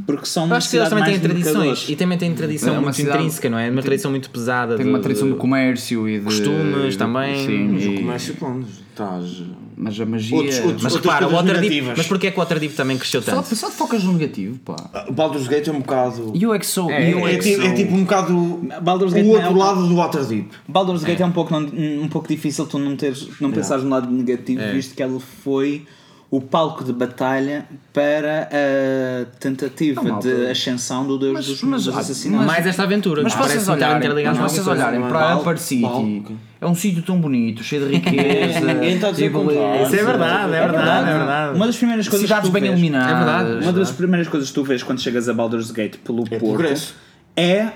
Speaker 3: Porque são
Speaker 4: Hum? Eu acho que eles também têm
Speaker 3: mais
Speaker 4: tradições
Speaker 3: educadoras.
Speaker 4: e também têm tradição
Speaker 5: É uma
Speaker 4: muito
Speaker 5: cidade-
Speaker 4: intrínseca, não é? Uma tradição muito pesada.
Speaker 5: Tem uma tradição de comércio e de
Speaker 4: costumes também.
Speaker 5: Sim,
Speaker 2: Mas o
Speaker 5: e-
Speaker 2: comércio, pronto, estás.
Speaker 5: mas a magia.
Speaker 2: Outros- outros-
Speaker 4: Mas
Speaker 2: outras
Speaker 4: repara, o
Speaker 2: coisas
Speaker 4: Waterdeep.
Speaker 2: negativas.
Speaker 4: Mas porquê é que o Waterdeep também cresceu
Speaker 5: Só,
Speaker 4: tanto?
Speaker 5: só te focas no negativo, pá.
Speaker 2: Baldur's Gate é um bocado.
Speaker 5: E eu é que sou.
Speaker 4: É,
Speaker 5: eu
Speaker 2: É,
Speaker 5: é, que
Speaker 2: tipo,
Speaker 5: sou.
Speaker 2: é tipo um bocado
Speaker 3: Baldur's Gate
Speaker 2: o
Speaker 3: não é
Speaker 2: outro
Speaker 3: um-
Speaker 2: lado do Waterdeep.
Speaker 3: Baldur's Gate é, um, pouco não, um pouco difícil tu não, teres, não pensares no lado negativo,
Speaker 4: É.
Speaker 3: visto que ele foi o palco de batalha para a tentativa
Speaker 5: Não, malta.
Speaker 3: de ascensão do Deus
Speaker 5: Mas-
Speaker 3: dos,
Speaker 5: mas-
Speaker 3: dos
Speaker 5: ah,
Speaker 3: assassinatos.
Speaker 4: Mais esta aventura.
Speaker 5: Mas
Speaker 4: que
Speaker 5: vocês
Speaker 4: parece um bocado
Speaker 5: olharem,
Speaker 4: interligada
Speaker 5: mas
Speaker 4: com
Speaker 5: vocês
Speaker 4: outra.
Speaker 5: olharem para
Speaker 2: Mal-
Speaker 5: Upper City,
Speaker 2: mal-
Speaker 5: é um sítio tão bonito, cheio de riqueza.
Speaker 2: Ninguém está a dizer
Speaker 5: e
Speaker 2: o contrário.
Speaker 4: Isso é verdade, é verdade, é verdade.
Speaker 3: Uma das primeiras coisas
Speaker 5: Cidades
Speaker 3: que tu
Speaker 5: bem
Speaker 3: vês-
Speaker 5: iluminadas.
Speaker 4: É verdade.
Speaker 3: Uma das primeiras coisas que tu vês quando chegas a Baldur's Gate pelo
Speaker 2: É
Speaker 3: Porto
Speaker 2: progresso.
Speaker 3: é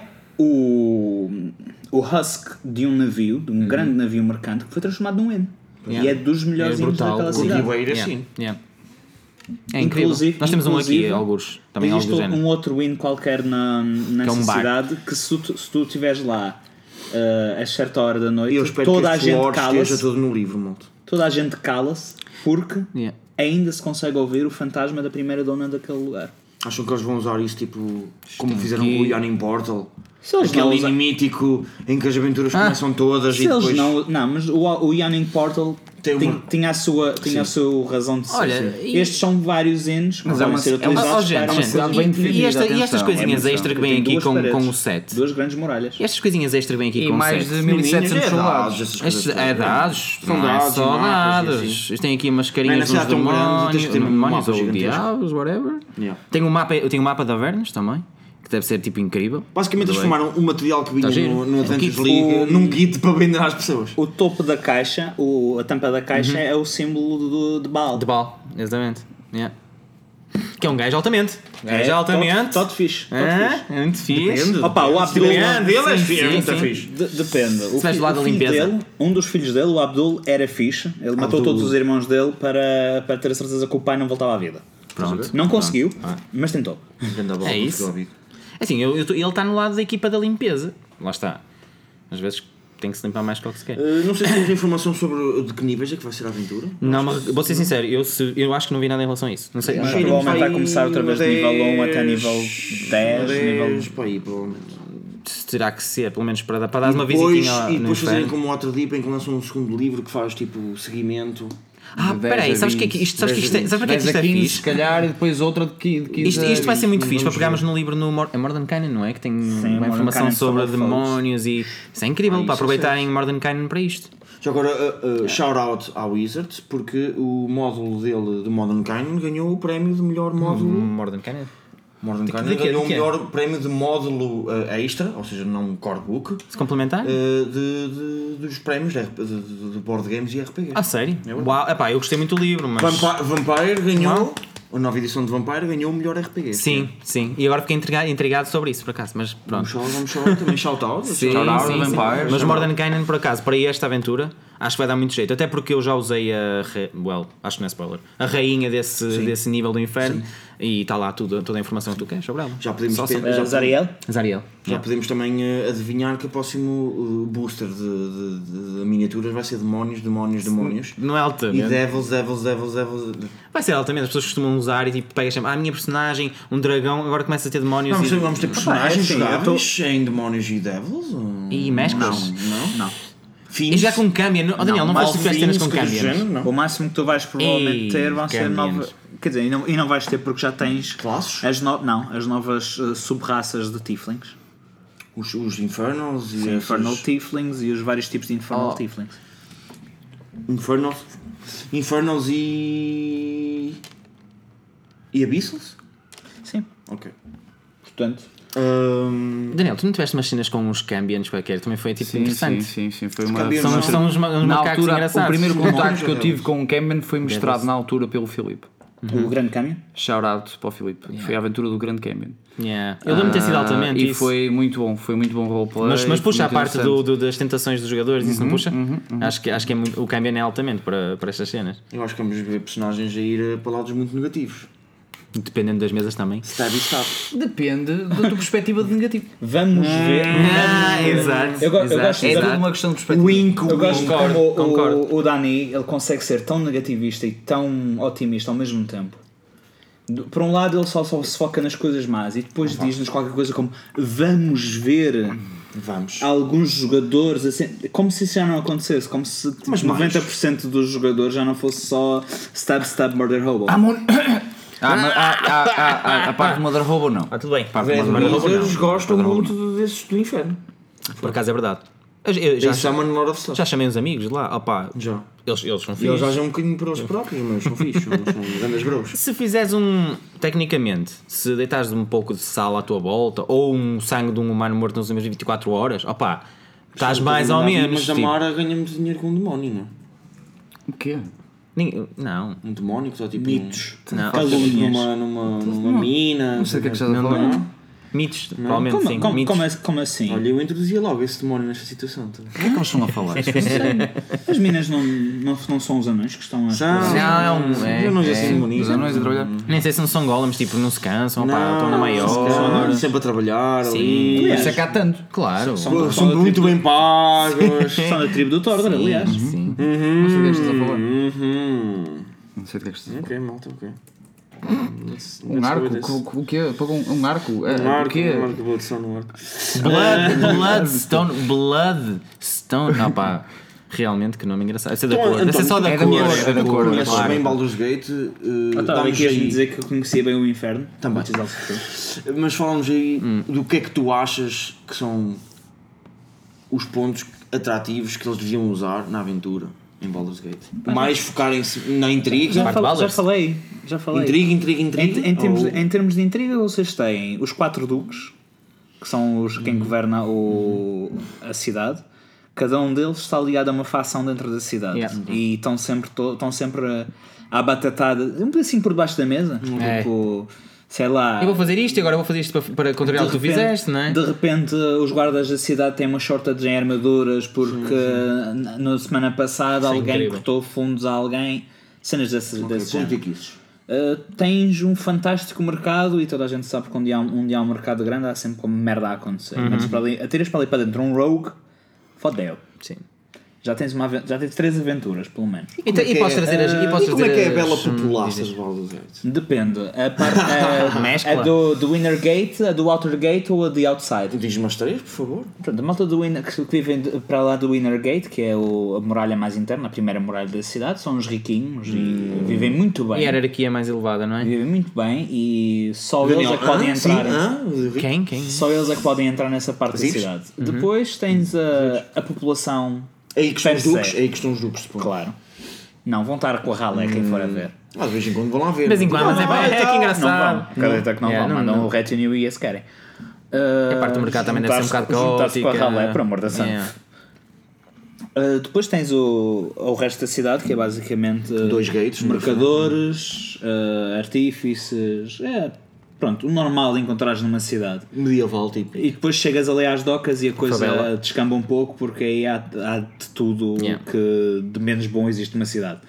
Speaker 3: o, o husk de um navio, de um
Speaker 2: Uhum.
Speaker 3: grande navio mercante, que foi transformado num inn. E é dos melhores
Speaker 4: É
Speaker 3: inns
Speaker 4: brutal,
Speaker 3: daquela
Speaker 4: porque
Speaker 3: cidade.
Speaker 2: vai- Beira,
Speaker 4: Yeah,
Speaker 2: sim.
Speaker 4: yeah. É incrível.
Speaker 3: Inclusive-
Speaker 4: Nós temos um aqui,
Speaker 3: inclusive,
Speaker 4: alguns. Também alguns
Speaker 3: Existe
Speaker 4: do
Speaker 3: um
Speaker 4: género.
Speaker 3: outro win qualquer na, nessa
Speaker 4: é um bar.
Speaker 3: cidade que se tu, se tu estiveres lá eh, a certa hora da noite,
Speaker 2: Eu espero
Speaker 3: tipo, toda,
Speaker 2: que
Speaker 3: a
Speaker 2: este
Speaker 3: gente
Speaker 2: lore esteja
Speaker 3: cala-se,
Speaker 2: todo no livro, malto.
Speaker 3: toda a gente cala-se porque
Speaker 4: Yeah.
Speaker 3: ainda se consegue ouvir o fantasma da primeira dona daquele lugar.
Speaker 2: Acham que eles vão usar isso tipo como fizeram com o Yawning Portal?
Speaker 3: Se eles não
Speaker 2: Aquele
Speaker 3: usa-
Speaker 2: inimigo mítico em que as aventuras começam todas
Speaker 3: Se
Speaker 2: e
Speaker 3: eles
Speaker 2: depois.
Speaker 3: não. Não, mas o, o Yanning Portal
Speaker 2: Tem uma-
Speaker 3: Tin- tinha a sua, tinha a sua razão de ser.
Speaker 4: Olha,
Speaker 3: Sim.
Speaker 4: e-
Speaker 3: Estes são vários enos que
Speaker 5: Mas é
Speaker 3: podem
Speaker 5: uma-
Speaker 3: ser
Speaker 5: é uma-
Speaker 4: Ó, ó,
Speaker 3: utilizados
Speaker 4: gente,
Speaker 3: para
Speaker 4: gente,
Speaker 5: cidade
Speaker 4: e-
Speaker 5: bem
Speaker 4: e
Speaker 5: definida,
Speaker 4: esta- e
Speaker 5: atenção.
Speaker 4: estas coisinhas
Speaker 3: É uma
Speaker 4: extra que
Speaker 3: cidade
Speaker 4: vêm
Speaker 3: tem
Speaker 4: aqui
Speaker 3: duas
Speaker 4: com,
Speaker 3: paredes,
Speaker 4: com o set.
Speaker 3: Duas grandes muralhas.
Speaker 4: E Estas coisinhas extra que vêm aqui
Speaker 5: E
Speaker 4: com o
Speaker 5: mais
Speaker 4: set.
Speaker 5: de
Speaker 2: meninas,
Speaker 5: 1700
Speaker 2: é
Speaker 5: soldados.
Speaker 2: dados, essas coisas
Speaker 4: Estes é
Speaker 2: todas. né?
Speaker 4: dados,
Speaker 2: São
Speaker 4: não
Speaker 2: dados
Speaker 4: é
Speaker 2: e
Speaker 4: só
Speaker 2: mapas e
Speaker 4: dados.
Speaker 2: assim.
Speaker 4: Isto tem aqui umas
Speaker 2: Não é
Speaker 4: carinhas
Speaker 2: nessa
Speaker 4: uns
Speaker 2: tão grande, tens
Speaker 4: demónios,
Speaker 2: que ter um
Speaker 4: demónios
Speaker 2: mapa
Speaker 4: ou
Speaker 2: gigantesco.
Speaker 4: diabos, whatever.
Speaker 2: Yeah.
Speaker 4: Tem um mapa, eu tenho um mapa de Avernos também, que deve ser tipo incrível.
Speaker 2: Basicamente eles
Speaker 4: Tudo bem.
Speaker 2: formaram o material que vinha
Speaker 4: Tá giro.
Speaker 2: no, no
Speaker 3: É
Speaker 4: Um
Speaker 2: Adventures
Speaker 4: kit.
Speaker 2: League
Speaker 3: O-
Speaker 2: num kit para vender às pessoas.
Speaker 3: O topo da caixa, o, a tampa da caixa é o símbolo do, de Baal.
Speaker 4: Uhum. De bal, exatamente. Yeah. Que é um gajo altamente. Um gajo
Speaker 3: é,
Speaker 4: altamente.
Speaker 3: Todo, todo fixe. todo
Speaker 4: É,
Speaker 3: fixe.
Speaker 4: é muito fixe.
Speaker 3: Opa, o Abdul-
Speaker 2: Depende, ele é
Speaker 4: Sim,
Speaker 2: fixe, é
Speaker 4: sim,
Speaker 2: muito
Speaker 4: sim.
Speaker 2: fixe.
Speaker 3: De- depende. O,
Speaker 4: vais
Speaker 3: fi-
Speaker 4: do lado
Speaker 3: o
Speaker 4: da
Speaker 3: filho
Speaker 4: limpeza.
Speaker 3: dele, um dos filhos dele, o Abdul, era fixe. Ele matou todos os irmãos dele para, para ter a certeza que o pai não voltava à vida.
Speaker 4: Pronto. Ah.
Speaker 3: Não conseguiu, mas tentou.
Speaker 4: É isso. Assim, eu, eu tô- ele está no lado da equipa da limpeza. Lá está. Às vezes tem que se limpar mais que o que se quer.
Speaker 2: Eh, não sei se temos informação sobre de que níveis é que vai ser a aventura.
Speaker 4: Não, mas vou ser sincero, eu, se- eu acho que não vi nada em relação a isso. Não sei.
Speaker 3: Mas
Speaker 2: Cheiro-me
Speaker 3: provavelmente
Speaker 2: para
Speaker 3: vai começar outra vez de
Speaker 2: aí
Speaker 3: nível um
Speaker 2: dez-
Speaker 3: até nível dez, nível-
Speaker 2: para aí, provavelmente.
Speaker 4: se terá que ser, pelo menos para, dar- para dar uma
Speaker 2: Depois,
Speaker 4: visitinha ao-
Speaker 2: e
Speaker 4: no
Speaker 2: depois fazerem
Speaker 4: inferno.
Speaker 2: como o Outro Deep em que lançam um segundo livro que faz tipo seguimento.
Speaker 4: Ah,
Speaker 5: De 10
Speaker 4: peraí,
Speaker 5: a
Speaker 4: sabes o que é
Speaker 5: 20,
Speaker 4: que isto, sabes que
Speaker 5: 10
Speaker 4: isto é,
Speaker 5: a
Speaker 4: sabes porque é que
Speaker 5: 15,
Speaker 4: isto é
Speaker 5: 10 a 15,
Speaker 4: fixe?
Speaker 5: se calhar, e depois outra de 15 de 15
Speaker 4: Isto,
Speaker 5: a
Speaker 4: isto vai ser
Speaker 5: 20,
Speaker 4: muito fixe para
Speaker 5: vamos
Speaker 4: pegarmos
Speaker 5: ver.
Speaker 4: no livro no Mor- é Mordenkainen, não é? Que tem uma
Speaker 3: Mordenkainen
Speaker 4: informação sobre
Speaker 3: Follow
Speaker 4: demónios e. Isso é incrível
Speaker 2: Ah,
Speaker 4: para
Speaker 2: isso
Speaker 4: aproveitarem Mordenkainen para isto.
Speaker 2: Já agora, uh, uh, shout out à Wizard, porque o módulo dele de Modern Canyon ganhou o prémio de melhor módulo.
Speaker 4: Mordenkainen?
Speaker 2: Modern Canyon
Speaker 4: Uhum. de quê?
Speaker 2: ganhou
Speaker 4: De é?
Speaker 2: o
Speaker 4: quê?
Speaker 2: melhor prémio de módulo uh, extra, ou seja, não core book, uh,
Speaker 4: Se complementar?
Speaker 2: de, de- dos prémios de, RP de- de- de board games e RPGs.
Speaker 4: Ah, sério?
Speaker 2: É verdade.
Speaker 4: Uau, epá, eu gostei muito do livro, mas.
Speaker 2: Vampi- Vampire ganhou, a
Speaker 4: Não?
Speaker 2: nova edição de Vampire ganhou o melhor RPG.
Speaker 4: Sim, sim. E agora fiquei intrigado, intrigado sobre isso, por acaso, mas
Speaker 2: Vamos
Speaker 4: pronto.
Speaker 2: só, vamos só também shout out.
Speaker 4: Sim,
Speaker 5: Shout out
Speaker 4: sim,
Speaker 5: to
Speaker 4: sim.
Speaker 5: Vampires.
Speaker 4: Mas Mordenkainen, por acaso, para esta aventura, acho que vai dar muito jeito. Até porque eu já usei a. ra- Well, acho que não é spoiler. A rainha desse, desse nível do inferno e está lá tudo, toda a informação que tu queres sobre ela.
Speaker 2: Já podemos,
Speaker 4: Só
Speaker 2: ter-
Speaker 4: sobre-
Speaker 2: já
Speaker 3: Eh, Zariel?
Speaker 4: Zariel.
Speaker 2: Já podemos também eh, adivinhar que o próximo eh, booster de, de- de- de miniaturas vai ser demónios, demónios, demónios.
Speaker 4: Não é altamente.
Speaker 2: E devils, devils, devils, devils.
Speaker 4: Vai ser altamente. As pessoas costumam usar e tipo, pegas sempre. Ah, a minha personagem, um dragão, agora começa a ter demónios
Speaker 2: Vamos
Speaker 4: e.
Speaker 2: ter, vamos ter
Speaker 3: é
Speaker 2: personagens
Speaker 3: assim, eu
Speaker 2: jogáveis em demónios e devils? ou-
Speaker 4: E mesclas?
Speaker 2: Não, não.
Speaker 3: Não.
Speaker 2: Fins?
Speaker 4: E já com câmbio. não- Oh, Daniel, não, vais
Speaker 2: Alvins,
Speaker 4: tiver cenas com
Speaker 2: coisas do
Speaker 4: câmbio.
Speaker 2: género, não.
Speaker 3: O máximo que tu vais provavelmente
Speaker 4: Ei,
Speaker 3: ter vão ser
Speaker 4: Gambians.
Speaker 3: novas. Quer dizer, e não, e não vais ter porque já tens.
Speaker 2: Classes?
Speaker 3: As no- não, as novas eh, subraças de Tieflings.
Speaker 2: Os, os Infernals e
Speaker 3: Os
Speaker 2: esses-
Speaker 3: Infernal Tieflings e os vários tipos de
Speaker 4: Oh.
Speaker 3: Infernal Tieflings.
Speaker 2: Infernals. Infernals e. E Abyssals?
Speaker 3: Sim.
Speaker 2: Ok.
Speaker 3: Portanto,
Speaker 2: Ahm,
Speaker 4: Daniel, tu não tiveste umas cenas com uns cambianos qualquer, também foi tipo
Speaker 5: Sim,
Speaker 4: interessante. é
Speaker 5: Sim, sim, sim, foi uma
Speaker 2: Cambiamos
Speaker 4: São,
Speaker 2: Não.
Speaker 4: uns- são uns, ma- uns
Speaker 5: na
Speaker 4: macacos
Speaker 5: altura,
Speaker 4: engraçados.
Speaker 5: o primeiro contacto que eu
Speaker 2: Deus.
Speaker 5: tive com o Cameron foi mostrado na altura pelo Filipe.
Speaker 4: Uhum.
Speaker 3: o grande caminho.
Speaker 5: Shout out para o Filipe. Foi a aventura do grande Cameron.
Speaker 4: Yeah. Eu lembro-me de ter sido
Speaker 5: Ah,
Speaker 4: altamente.
Speaker 5: E
Speaker 4: isso.
Speaker 5: foi muito bom, foi muito bom roleplay.
Speaker 4: Mas, mas puxa a
Speaker 5: muito
Speaker 4: parte do,
Speaker 5: interessante.
Speaker 4: do- das tentações dos jogadores, isso não puxa? Acho que, acho que é muito- o Cambion é altamente para, para estas cenas.
Speaker 2: eu acho que vamos ver personagens a ir eh, para lados muito negativos.
Speaker 4: Dependendo das mesas também.
Speaker 2: Stab e stab.
Speaker 5: Depende da tua perspectiva de negativo.
Speaker 3: Vamos ver.
Speaker 4: Hum, Ah, exato.
Speaker 3: Eu go- eu gosto
Speaker 5: É
Speaker 3: Exato.
Speaker 5: tudo uma questão de perspectiva.
Speaker 3: Eu gosto de como o-
Speaker 4: concordo.
Speaker 3: o, o Dani ele consegue ser tão negativista e tão otimista ao mesmo tempo. Do- Por um lado, ele só, só se foca nas coisas más e depois diz-nos qualquer coisa como vamos ver
Speaker 2: Uhum. Vamos.
Speaker 3: alguns jogadores assim, como se isso já não acontecesse, como se tipo,
Speaker 2: Mas mais.
Speaker 3: 90% dos jogadores já não fosse só stab, stab, murder, hobo.
Speaker 5: Ah, mas- ah, ah, ah, ah, a parte do Mother Hobo não.
Speaker 4: Ah, tudo bem.
Speaker 5: Pá,
Speaker 2: Red
Speaker 5: mas- mas-
Speaker 2: Wizards
Speaker 5: não.
Speaker 2: gostam
Speaker 5: Padrão
Speaker 2: muito desses do inferno.
Speaker 4: Por acaso é verdade. Eu, eu já,
Speaker 2: Já chamam é Lord of Slash.
Speaker 4: já chamei uns amigos de lá. Opa,
Speaker 2: Já.
Speaker 4: Eles, eles são
Speaker 2: E eles
Speaker 4: fixe.
Speaker 2: já um bocadinho para os próprios, mas são fixos, são são grandes bros.
Speaker 4: Se fizeres um. Tecnicamente, se deitares um pouco de sal à tua volta ou um sangue de um humano morto nas últimas 24 horas, opa,
Speaker 2: é
Speaker 4: estás mais ou menos.
Speaker 2: um Mas a
Speaker 4: tipo,
Speaker 2: Mara ganha muito dinheiro com um demónio, não é?
Speaker 5: O é quê?
Speaker 4: ninguém- não.
Speaker 2: Um demónio que só tipo.
Speaker 3: Mitos.
Speaker 4: Não.
Speaker 2: Um,
Speaker 3: Calúnias.
Speaker 2: numa, numa, numa mina.
Speaker 5: Não sei o que é que estás a
Speaker 4: Não,
Speaker 5: falar.
Speaker 4: Mitos, provavelmente
Speaker 3: Como,
Speaker 4: sim.
Speaker 3: como-
Speaker 4: mitos.
Speaker 3: como é- como assim?
Speaker 2: Olha, eu introduzia logo esse demónio nesta situação. tá?
Speaker 5: O que é que eles estão a falar?
Speaker 3: As minas não, não, não são os anões que estão a.
Speaker 5: um,
Speaker 4: Não, é,
Speaker 2: eu não sei
Speaker 4: é.
Speaker 2: se bonito.
Speaker 5: Os anões a trabalhar.
Speaker 4: Nem sei se não são golems, tipo, não se cansam, opa, estão na
Speaker 2: não se
Speaker 4: maior.
Speaker 2: cansam, sempre a trabalhar
Speaker 4: Sim.
Speaker 2: ali.
Speaker 5: Por isso é que há tanto.
Speaker 4: Claro.
Speaker 2: São, muito bem pagos.
Speaker 3: São da tribo do Tordor, aliás.
Speaker 4: Sim.
Speaker 5: Não sei o que é que estás a falar.
Speaker 2: Uhum.
Speaker 5: Não sei o que é que estás a falar.
Speaker 2: Ok, malta, ok. Let's-
Speaker 5: Um
Speaker 2: let's go
Speaker 5: arco?
Speaker 2: with this.
Speaker 5: Co- co- O quê? Pagou Um um arco? É,
Speaker 2: Um
Speaker 5: o
Speaker 2: arco,
Speaker 5: quê?
Speaker 2: um arco, vou adicionar um arco.
Speaker 4: Blood, Bloodstone, Bloodstone, opá. Realmente, que nome engraçado. Essa é da
Speaker 2: Então,
Speaker 4: cor. Essa é só
Speaker 2: António,
Speaker 4: da
Speaker 5: é da
Speaker 4: cor.
Speaker 5: cor, é da cor,
Speaker 2: Conheces
Speaker 4: claro.
Speaker 2: bem Baldur's Gate, eh,
Speaker 3: Ah, tá, Eu estava
Speaker 2: dá-nos
Speaker 3: aqui a
Speaker 2: aí-
Speaker 3: dizer que eu conhecia bem o Inferno.
Speaker 2: Também.
Speaker 3: Antes dele se ter.
Speaker 2: Mas falamos aí
Speaker 5: Hum.
Speaker 2: do que é que tu achas que são os pontos atrativos que eles deviam usar na aventura em Baldur's Gate. Mais focarem-se na
Speaker 3: Já,
Speaker 2: intriga.
Speaker 4: fal-
Speaker 3: fal- já
Speaker 4: Valor.
Speaker 3: falei. Já falei.
Speaker 2: Intriga, intriga, intriga.
Speaker 3: Em, em termos,
Speaker 2: ou-
Speaker 3: em termos de intriga, vocês têm os quatro duques, que são os
Speaker 4: Uhum.
Speaker 3: quem governa o, a cidade. Cada um deles está ligado a uma facção dentro da cidade.
Speaker 4: Yeah.
Speaker 3: E estão sempre, to- estão sempre à batatada, um pedacinho por debaixo da mesa.
Speaker 4: É.
Speaker 3: Tipo, sei lá.
Speaker 4: Eu vou fazer isto e agora vou fazer isto para, para contrariar o que tu
Speaker 3: repente-
Speaker 4: fizeste, não é?
Speaker 3: de repente, os guardas da cidade têm uma shortage em armaduras porque na- na semana
Speaker 4: Isso
Speaker 3: passada
Speaker 4: é
Speaker 3: alguém
Speaker 4: incrível.
Speaker 3: cortou fundos a alguém. Cenas desse, desse
Speaker 2: Ponto
Speaker 3: género.
Speaker 2: e quilos.
Speaker 3: Uh, tens um fantástico mercado e toda a gente sabe que onde há, onde há um mercado grande há sempre como merda a acontecer.
Speaker 2: Uhum.
Speaker 3: Metes para ali, atiras para ali para dentro um rogue, fodeu.
Speaker 4: Sim.
Speaker 3: Já tens, uma, aven- já tens três aventuras, pelo menos.
Speaker 4: E, te-
Speaker 2: Como é
Speaker 4: e
Speaker 2: que
Speaker 4: posso
Speaker 2: é?
Speaker 4: trazer as. e posso
Speaker 2: E como é
Speaker 4: trazer
Speaker 2: que é a
Speaker 4: as-
Speaker 2: bela
Speaker 4: hum,
Speaker 2: populaça
Speaker 4: diz,
Speaker 2: de
Speaker 4: diz.
Speaker 2: Baldur's Gate?
Speaker 3: Depende. A, parte, a,
Speaker 4: Mescla.
Speaker 3: a do, do Inner Gate, a do Outer Gate ou a de Outside.
Speaker 2: Diz-me as três, por favor.
Speaker 3: Pronto, a malta do inner, que vivem de- para lá do Inner Gate, que é o- a muralha mais interna, a primeira muralha da cidade, são uns riquinhos
Speaker 2: Hum.
Speaker 3: e vivem muito
Speaker 4: E a
Speaker 3: bem.
Speaker 4: hierarquia mais elevada, não é?
Speaker 3: Vivem muito bem e só eles é que podem
Speaker 2: ah, sim,
Speaker 3: entrar.
Speaker 2: ah,
Speaker 4: Quem? Quem?
Speaker 3: Só eles é que podem entrar nessa parte
Speaker 2: Zips?
Speaker 3: da cidade. Depois tens a, a população,
Speaker 2: É Aí que estão os
Speaker 3: Percebe.
Speaker 2: duques, aí que estão os duques, suponho.
Speaker 3: claro. Não, vão estar com a rala é quem for a ver.
Speaker 2: Mas de vez em quando vão lá ver.
Speaker 4: De vez em quando, mas é,
Speaker 2: Ah,
Speaker 4: é, que engraçado.
Speaker 3: Não vão. Acredita que não
Speaker 4: É,
Speaker 3: vão,
Speaker 4: não-
Speaker 3: mandam
Speaker 4: não.
Speaker 3: o retinue e esse querem.
Speaker 4: A parte do mercado também deve ser um bocado é.
Speaker 3: juntar-se com
Speaker 4: caótica.
Speaker 3: a ralé, por amor da santa.
Speaker 4: Yeah.
Speaker 3: Uh, depois tens o, o resto da cidade, que é basicamente uh,
Speaker 2: Dois gates,
Speaker 3: mercadores, uh, artífices, é, pronto, o normal de encontrares numa cidade.
Speaker 2: Medieval, tipo.
Speaker 3: E depois chegas ali às docas e a coisa
Speaker 4: Favela.
Speaker 3: descamba um pouco porque aí há, há de tudo
Speaker 4: Yeah.
Speaker 3: que de menos bom existe numa cidade.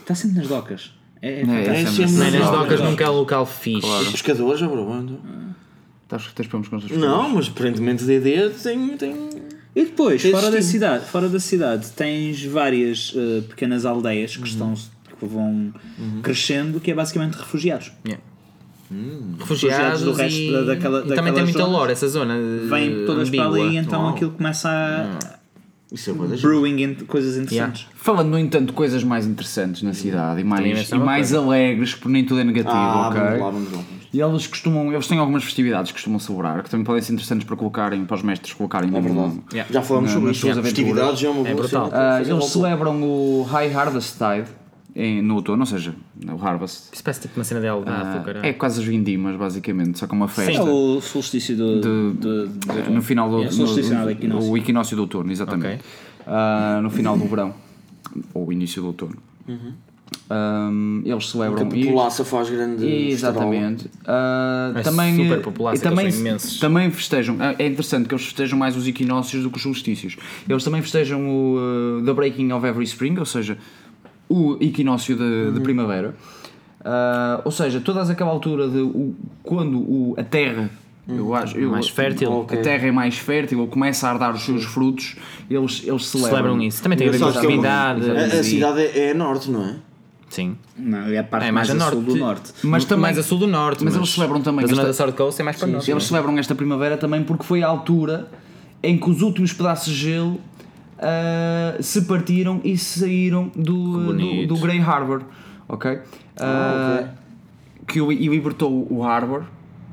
Speaker 3: Está sempre nas docas. É, é fantástico.
Speaker 5: É,
Speaker 2: sempre
Speaker 5: sempre
Speaker 4: Não,
Speaker 2: assim.
Speaker 4: nas
Speaker 2: Não,
Speaker 4: docas
Speaker 2: não.
Speaker 4: nunca Ah, é local fixe.
Speaker 2: Os pescadores, abro
Speaker 5: Estás tens problemas com essas pessoas?
Speaker 2: Não, mas aparentemente DD tem. tem...
Speaker 3: E depois,
Speaker 2: Tens
Speaker 3: fora da,
Speaker 4: tipo-
Speaker 2: destino.
Speaker 3: cidade, fora da cidade, tens várias eh, pequenas aldeias que
Speaker 4: Uhum.
Speaker 3: estão que vão crescendo, que é basicamente refugiados.
Speaker 4: Yeah. Refugiados,
Speaker 3: Hum, Refugiados do
Speaker 4: resto
Speaker 3: resto da- daquela-
Speaker 4: e também tem
Speaker 3: daquelas
Speaker 4: muita
Speaker 3: zonas.
Speaker 4: lore essa zona. eh,
Speaker 3: Vêm todas para
Speaker 4: ambígua.
Speaker 3: ali e então
Speaker 4: Uau.
Speaker 3: aquilo começa a
Speaker 2: Isso é uma das
Speaker 3: brewing in- coisas interessantes.
Speaker 5: Falando, no entanto, de coisas mais interessantes na cidade e
Speaker 4: Também
Speaker 5: mais,
Speaker 4: essa
Speaker 5: e
Speaker 4: é uma
Speaker 5: mais
Speaker 4: coisa.
Speaker 5: alegres, porque nem tudo é negativo,
Speaker 2: Ah,
Speaker 5: ok?
Speaker 2: vamos lá, vamos lá.
Speaker 5: E eles costumam, eles têm algumas festividades que costumam celebrar, que também podem ser interessantes para colocarem, para os mestres colocarem um-
Speaker 2: É
Speaker 5: no-
Speaker 2: verdade.
Speaker 4: Yeah.
Speaker 2: Já falamos
Speaker 5: Não,
Speaker 2: sobre
Speaker 5: nas
Speaker 2: isso.
Speaker 5: suas
Speaker 2: Festividades é uma boa
Speaker 4: É brutal.
Speaker 2: cena.
Speaker 5: Ah,
Speaker 2: Fazer
Speaker 5: eles
Speaker 2: volta.
Speaker 5: celebram o High Harvest Tide em, no outono, ou seja, o Harvest.
Speaker 4: Isso parece tipo uma cena de Algarve,
Speaker 5: Ah,
Speaker 4: caralho.
Speaker 5: é quase as vindimas, basicamente, só que é uma festa.
Speaker 3: É o solstício do,
Speaker 5: Do-
Speaker 3: do- do-
Speaker 5: Ah, no final do
Speaker 3: É, sou estacionado
Speaker 5: no-
Speaker 3: equinócio.
Speaker 5: o equinócio do outono, exatamente.
Speaker 4: Ok.
Speaker 5: Ah, no final do verão, ou início do outono. Ah, eles
Speaker 2: Que
Speaker 5: celebram
Speaker 2: a
Speaker 5: e-
Speaker 2: populaça faz grande.
Speaker 5: Exatamente. Ah,
Speaker 4: É
Speaker 5: também,
Speaker 4: super popular,
Speaker 5: e
Speaker 4: sei que
Speaker 5: também,
Speaker 4: eles são imensos.
Speaker 5: também festejam. ah, É interessante que eles festejam mais os equinócios do que os solstícios. Eles também festejam o ah, The Breaking of Every Spring, ou seja, o equinócio de, de primavera. Ah, ou seja, todas aquela altura de o- quando o- a terra. Eu acho, eu-
Speaker 4: Mais fértil.
Speaker 5: A terra é mais fértil ou começa a dar os seus frutos, eles, eles
Speaker 3: é
Speaker 5: celebram.
Speaker 3: um-
Speaker 4: Celebram isso. Também tem a ver com
Speaker 2: Engraçado
Speaker 4: as
Speaker 2: que é uma-
Speaker 4: comunidades.
Speaker 2: A, a
Speaker 4: e-
Speaker 2: cidade é, é a norte, não é?
Speaker 4: Sim.
Speaker 3: Não, é a parte
Speaker 4: É
Speaker 3: mais,
Speaker 4: mais, a
Speaker 3: a
Speaker 4: norte.
Speaker 3: sul do norte.
Speaker 5: Mas também-
Speaker 4: mais a sul do norte.
Speaker 5: mas eles celebram também
Speaker 4: A zona
Speaker 5: esta-
Speaker 4: da South Coast é mais para nós.
Speaker 5: Eles celebram esta primavera também porque foi a altura em que os últimos pedaços de gelo ah, se partiram e saíram do, do,
Speaker 4: bonito.
Speaker 5: do Grey Harbor, ok? Ah, Que o- e libertou o Harbor,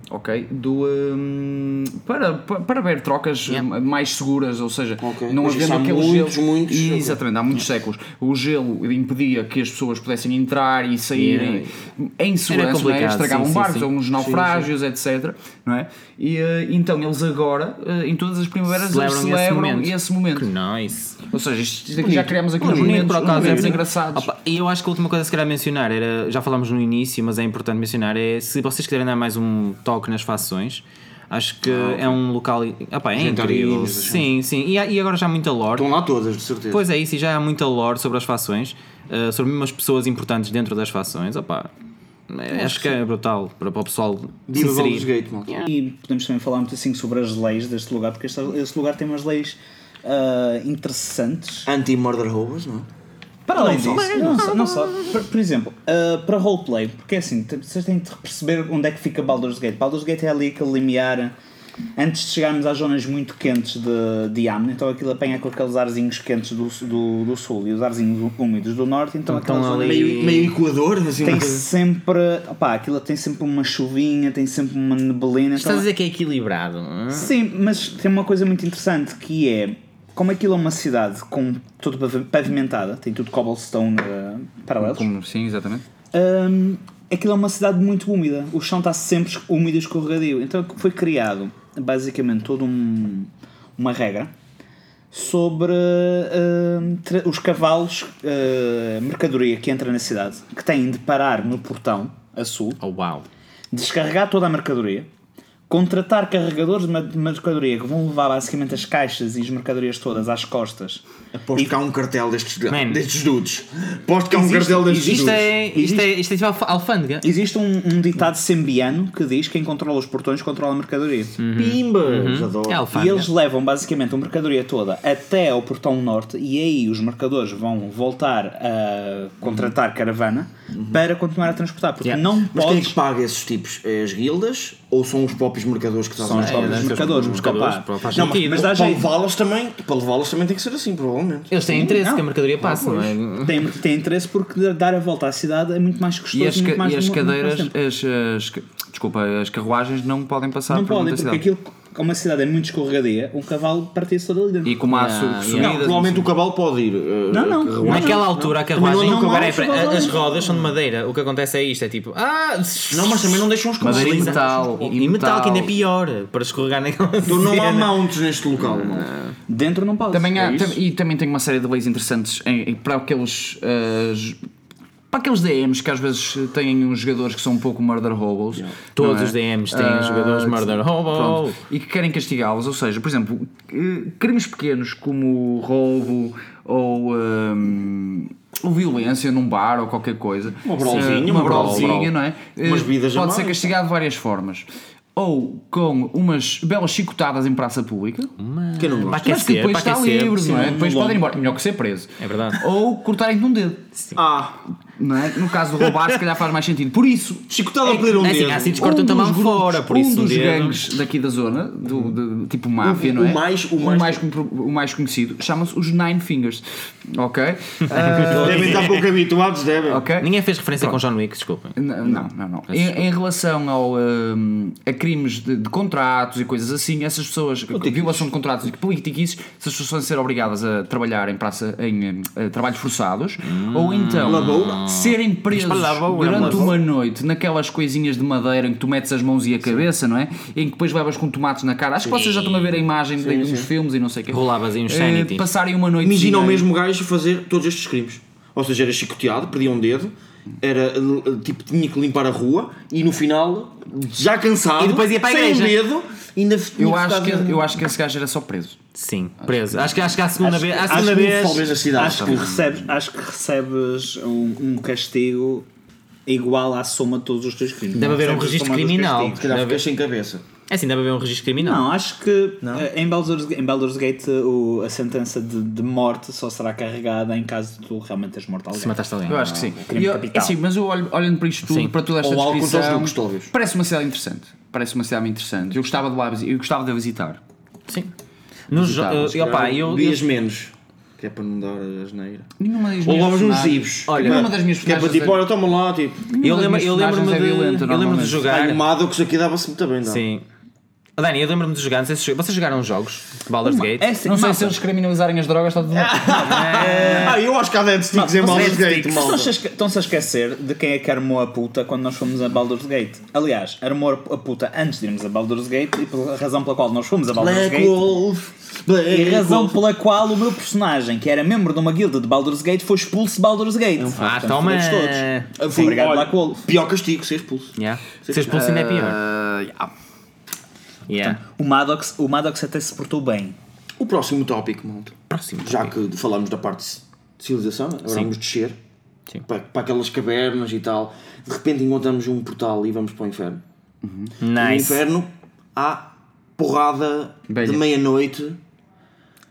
Speaker 5: ok? Do, hum, para, para, para haver trocas hum, mais seguras, ou seja,
Speaker 2: Ok.
Speaker 5: não
Speaker 2: Mas isso
Speaker 5: havendo
Speaker 2: há
Speaker 5: aquele
Speaker 2: muitos,
Speaker 5: gelo.
Speaker 2: muitos,
Speaker 5: E-
Speaker 2: ok.
Speaker 5: exatamente, há muitos séculos. O gelo impedia que as pessoas pudessem entrar e saírem em segurança, não é?
Speaker 4: complicado,
Speaker 5: estragavam
Speaker 4: sim, sim,
Speaker 5: barcos,
Speaker 4: sim.
Speaker 5: ou uns naufrágios, etc. Não é? E eh, então eles agora, eh, em todas as primaveras,
Speaker 4: Celebram
Speaker 5: eles
Speaker 4: esse
Speaker 5: celebram esse
Speaker 4: momento.
Speaker 5: momento.
Speaker 4: Que nice.
Speaker 5: Ou seja, isto, isto aqui já criamos aqui uns
Speaker 4: Bonito,
Speaker 5: momentos,
Speaker 4: por acaso,
Speaker 5: uns
Speaker 4: é
Speaker 5: momentos
Speaker 4: bonito.
Speaker 5: engraçados.
Speaker 4: Opa, E eu acho que a última coisa que se calhar mencionar era, já falámos no início, mas é importante mencionar, é se vocês quiserem dar mais um toque nas facções, acho que
Speaker 5: Ah,
Speaker 4: é um local. Opa, é incrível.
Speaker 2: Origens,
Speaker 4: Sim, sim. E, há- e agora já há muita lore.
Speaker 2: Estão lá todas, de certeza.
Speaker 4: Pois é isso, e já há muita lore sobre as fações, eh, sobre mesmo as pessoas importantes dentro das fações. Opa, eh, acho que é brutal para, para o pessoal se
Speaker 2: Viva Baldur's
Speaker 4: inserir.
Speaker 2: Gate, malta.
Speaker 3: E podemos também falar muito assim sobre as leis deste lugar, porque este, este lugar tem umas leis ah, interessantes.
Speaker 2: Anti-murder robbers, não é?
Speaker 3: Para além disso, não, só, não só. Por, por exemplo, ah, para roleplay, porque é assim, t- vocês têm de perceber onde é que fica Baldur's Gate. Baldur's Gate é ali aquele limiar Antes de chegarmos às zonas muito quentes de, de Amno, então aquilo apanha com aqueles arzinhos quentes do, do, do sul e os arzinhos úmidos do norte, então,
Speaker 4: Então
Speaker 3: aquela zona
Speaker 4: ali-
Speaker 2: Meio, meio Equador, assim, uma
Speaker 3: tem
Speaker 2: coisa.
Speaker 3: sempre. Opá, aquilo tem sempre uma chuvinha, tem sempre uma neblina.
Speaker 4: Estás a
Speaker 3: então-
Speaker 4: dizer que é equilibrado? hã?
Speaker 3: Sim, mas tem uma coisa muito interessante que é como aquilo é uma cidade com tudo pav- pavimentada, tem tudo cobblestone eh, paralelos.
Speaker 5: Como, sim, exatamente.
Speaker 3: Hum, aquilo é uma cidade muito úmida. O chão está sempre úmido e escorregadio. Então foi criado, basicamente, toda um- uma regra sobre hum, tra- os cavalos, eh, mercadoria que entra na cidade, que têm de parar no portão a sul,
Speaker 4: Oh, uau.
Speaker 3: descarregar toda a mercadoria, contratar carregadores de ma- de mercadoria que vão levar basicamente as caixas e as mercadorias todas às costas.
Speaker 2: Aposto que há um cartel destes,
Speaker 4: Man.
Speaker 2: destes dudes. Aposto que há um
Speaker 4: Existe-
Speaker 2: cartel destes
Speaker 4: Isto
Speaker 2: dudes.
Speaker 4: é, isto é, isto é tipo alf- alfândega.
Speaker 3: Existe um, um ditado sembiano que diz que quem controla os portões controla a mercadoria.
Speaker 4: Uhum.
Speaker 2: Pimba! Adoro.
Speaker 4: É
Speaker 3: E
Speaker 4: alfândega.
Speaker 3: eles levam basicamente a mercadoria toda até ao portão norte e aí os mercadores vão voltar a contratar caravana para continuar a transportar, porque
Speaker 4: Uhum. Yeah.
Speaker 3: não
Speaker 2: Mas quem é que
Speaker 3: podes...
Speaker 2: paga esses tipos? É as guildas ou são os próprios mercadores que estavam
Speaker 3: São os
Speaker 2: a
Speaker 3: próprios
Speaker 4: deve ser É, os
Speaker 3: mercadores, porque,
Speaker 4: mercadores,
Speaker 3: opá,
Speaker 4: pá, faz
Speaker 3: não, mas,
Speaker 4: sentido.
Speaker 3: mas dá
Speaker 2: para
Speaker 3: jeito.
Speaker 2: levá-los também, para levá-los também tem que ser assim, provavelmente.
Speaker 4: Eles têm interesse
Speaker 3: Não.
Speaker 4: que a mercadoria passe, não é?
Speaker 3: Tem, tem interesse porque dar a volta à cidade é muito mais custoso
Speaker 5: E as,
Speaker 3: muito
Speaker 5: ca-
Speaker 3: mais
Speaker 5: e as
Speaker 3: muito mais
Speaker 5: cadeiras,
Speaker 3: tempo.
Speaker 5: as, as ca- desculpa, as carruagens não podem passar
Speaker 3: não
Speaker 5: é por
Speaker 3: podem,
Speaker 5: muita
Speaker 3: porque
Speaker 5: cidade.
Speaker 3: aquilo, como a cidade é muito escorregadia, um cavalo partia-se todo ali dentro.
Speaker 5: E como há
Speaker 4: Yeah,
Speaker 5: su-
Speaker 4: yeah.
Speaker 5: subidas.
Speaker 2: Não, provavelmente o cavalo pode ir. eh,
Speaker 3: Não, não.
Speaker 2: carruagem.
Speaker 4: Naquela altura a carruagem.
Speaker 2: não- não
Speaker 4: Peraí,
Speaker 2: há-
Speaker 4: peraí,
Speaker 2: não há-
Speaker 4: as rodas são de madeira. O que acontece é isto: é tipo. Ah!
Speaker 2: Não, mas também não deixam os cavalos.
Speaker 5: Madeira e
Speaker 2: ali. né?
Speaker 5: metal.
Speaker 4: E metal, que ainda é pior para escorregar naquela.
Speaker 2: Então não há
Speaker 4: cena.
Speaker 2: mounts neste local, não.
Speaker 3: Dentro não pode.
Speaker 5: Também há-
Speaker 3: é isso?
Speaker 5: tam- e também tem uma série de leis interessantes em- em- para aqueles. eh, j- para aqueles DMs que às vezes têm uns jogadores que são um pouco murder hobos.
Speaker 4: Todos
Speaker 5: não é?
Speaker 4: os DMs têm
Speaker 5: Ah,
Speaker 4: jogadores murder hobo.
Speaker 5: Pronto, e que querem castigá-los, ou seja, por exemplo, eh, crimes pequenos como roubo ou, ehm, ou violência num bar ou qualquer coisa,
Speaker 2: Uma brawlzinha,
Speaker 5: Eh,
Speaker 2: uma
Speaker 5: uma
Speaker 2: brawl,
Speaker 5: brawlzinha,
Speaker 2: brawl.
Speaker 5: não é? Eh,
Speaker 2: Umas bebidas a
Speaker 5: pode ser
Speaker 2: mais.
Speaker 5: castigado de várias formas. Ou com umas belas chicotadas em praça pública,
Speaker 4: Hum.
Speaker 2: Quem não
Speaker 4: Para
Speaker 2: gosta?
Speaker 5: mas que
Speaker 4: aquecer,
Speaker 5: depois
Speaker 4: para
Speaker 5: está
Speaker 4: aquecer.
Speaker 5: livre, não é?
Speaker 3: sim,
Speaker 5: Depois podem ir
Speaker 3: um longo.
Speaker 5: embora. Melhor que ser preso.
Speaker 4: É verdade.
Speaker 5: Ou cortarem-te um dedo.
Speaker 2: Ah,
Speaker 5: Não é? No caso do roubar, se calhar faz mais sentido. Por isso,
Speaker 2: chicotada a pedir um
Speaker 4: É assim,
Speaker 2: dedo.
Speaker 4: há sítios que cortam também
Speaker 5: dos
Speaker 4: fora, por isso
Speaker 5: um dos
Speaker 4: dedo.
Speaker 5: gangues daqui da zona, do, de- tipo máfia,
Speaker 2: O-
Speaker 5: não é?
Speaker 2: o mais- o
Speaker 5: o
Speaker 2: mais-
Speaker 5: mais, compro- o mais conhecido, chama-se os Nine Fingers. Ok? Ah,
Speaker 2: Devem estar pouco habituados, devem.
Speaker 5: ok?
Speaker 4: Ninguém fez referência com John Wick, desculpem.
Speaker 5: N- Não, não, não. Em, em relação ao, hum, a crimes de, de contratos e coisas assim, essas pessoas, violação de contratos e politiquices, essas pessoas vão ser obrigadas a trabalhar em praça, em hum, eh, trabalhos forçados, ou então
Speaker 2: Laboura.
Speaker 5: serem presos
Speaker 4: Mas para laboura,
Speaker 5: durante
Speaker 4: laboura.
Speaker 5: uma noite naquelas coisinhas de madeira em que tu metes as mãos e a cabeça, não é? Em que depois levas com tomates na cara. Acho que vocês já estão a ver a imagem de uns filmes e não sei o quê.
Speaker 4: Rolavas aí uns
Speaker 5: Eh,
Speaker 4: sanity.
Speaker 5: Passarem uma noite.
Speaker 2: Imagina o mesmo gajo fazer todos estes crimes. Ou seja, era chicoteado, perdia um dedo, era eh, tipo, tinha que limpar a rua e no final, já cansado,
Speaker 4: E depois ia para a
Speaker 2: sem
Speaker 4: igreja.
Speaker 2: um dedo, ainda f- tinha
Speaker 5: Eu
Speaker 2: que
Speaker 5: acho,
Speaker 2: ficar
Speaker 5: que,
Speaker 2: dentro.
Speaker 5: eu acho que esse gajo era só preso.
Speaker 4: Sim, preso. Acho que, acho que à segunda vez. À
Speaker 2: Acho
Speaker 4: segunda
Speaker 2: que
Speaker 4: vez.
Speaker 2: talvez a cidade.
Speaker 3: acho, que
Speaker 2: também.
Speaker 3: recebes, acho que recebes um, um castigo igual à soma de todos os teus crimes.
Speaker 4: Deve
Speaker 3: Não
Speaker 4: haver um
Speaker 3: recebes a
Speaker 4: registro
Speaker 3: soma dos
Speaker 4: criminal.
Speaker 3: castigos.
Speaker 2: Se calhar ficas sem cabeça.
Speaker 4: É assim, deve haver um registro criminal.
Speaker 3: Não, acho que eh, Em, Baldur's, em Baldur's Gate o- a sentença de, de morte só será carregada em caso de tu realmente teres morto alguém.
Speaker 4: Se mataste alguém.
Speaker 5: Eu acho que sim.
Speaker 3: crime
Speaker 5: E eu-
Speaker 3: capital.
Speaker 5: assim, mas eu olho, olhando para isto tudo,
Speaker 4: Sim.
Speaker 5: para toda esta
Speaker 2: Ou algo contra os
Speaker 5: descrição,
Speaker 2: lucros, talvez.
Speaker 5: parece uma cidade interessante. Parece uma cidade interessante. Eu gostava de lá, visi- eu gostava de a visitar.
Speaker 4: Sim. Nos jo-
Speaker 5: Visitar,
Speaker 4: eh, opá, eu,
Speaker 2: um Dias menos. Que é para não dar asneira.
Speaker 5: Nenhuma das
Speaker 2: Ou
Speaker 5: minhas
Speaker 2: levavas uns
Speaker 5: personagens-
Speaker 2: zibos.
Speaker 5: Olha, nenhuma das minhas
Speaker 2: que é para
Speaker 5: personagens
Speaker 2: tipo, olha, toma lá, tipo.
Speaker 4: eu,
Speaker 5: das
Speaker 4: lembro,
Speaker 5: minhas
Speaker 4: eu lembro-me de,
Speaker 5: personagens é violenta,
Speaker 4: eu lembro-me de
Speaker 5: normalmente.
Speaker 4: jogar.
Speaker 2: Tenho Mado que isso aqui dava-se muito bem, não?
Speaker 4: Sim. Oh, Dani, eu lembro-me de jogar, não sei se vocês jogaram jogos de Baldur's Gate.
Speaker 3: É assim,
Speaker 5: Não sei
Speaker 3: malta,
Speaker 5: se eles criminalizarem as drogas, está tudo bem.
Speaker 2: Ah, eu acho que há Dead Sticks em
Speaker 3: Não,
Speaker 2: Baldur's
Speaker 3: vocês
Speaker 2: Gate, malta.
Speaker 3: estão-se a esque- Estão-se a esquecer de quem é que armou a puta quando nós fomos a Baldur's Gate. Aliás, armou a puta antes de irmos a Baldur's Gate e pela razão pela qual nós fomos a Baldur's
Speaker 2: Black
Speaker 3: Gate.
Speaker 2: Wolf.
Speaker 3: E
Speaker 2: Black
Speaker 3: a razão
Speaker 2: Wolf.
Speaker 3: pela qual o meu personagem, que era membro de uma guilda de Baldur's Gate, foi expulso de Baldur's Gate.
Speaker 2: É
Speaker 4: Ah,
Speaker 3: Portanto,
Speaker 4: toma!
Speaker 3: fodemos todos.
Speaker 4: Yeah.
Speaker 2: Ah, foi,
Speaker 3: Obrigado,
Speaker 2: um olha,
Speaker 3: Black Wolf.
Speaker 2: Pior castigo, ser expulso.
Speaker 4: Ser expulso ainda é pior.
Speaker 5: Ah, yeah.
Speaker 4: Yeah.
Speaker 3: O Maddox, o Maddox até se portou bem.
Speaker 2: O próximo tópico, malta.
Speaker 4: Próximo.
Speaker 2: Já que falámos da parte de civilização, agora vamos descer
Speaker 4: Sim.
Speaker 2: para, para aquelas cavernas e tal. De repente encontramos um portal e vamos para o inferno. No
Speaker 4: Nice.
Speaker 2: inferno há porrada
Speaker 5: Velha.
Speaker 2: de meia-noite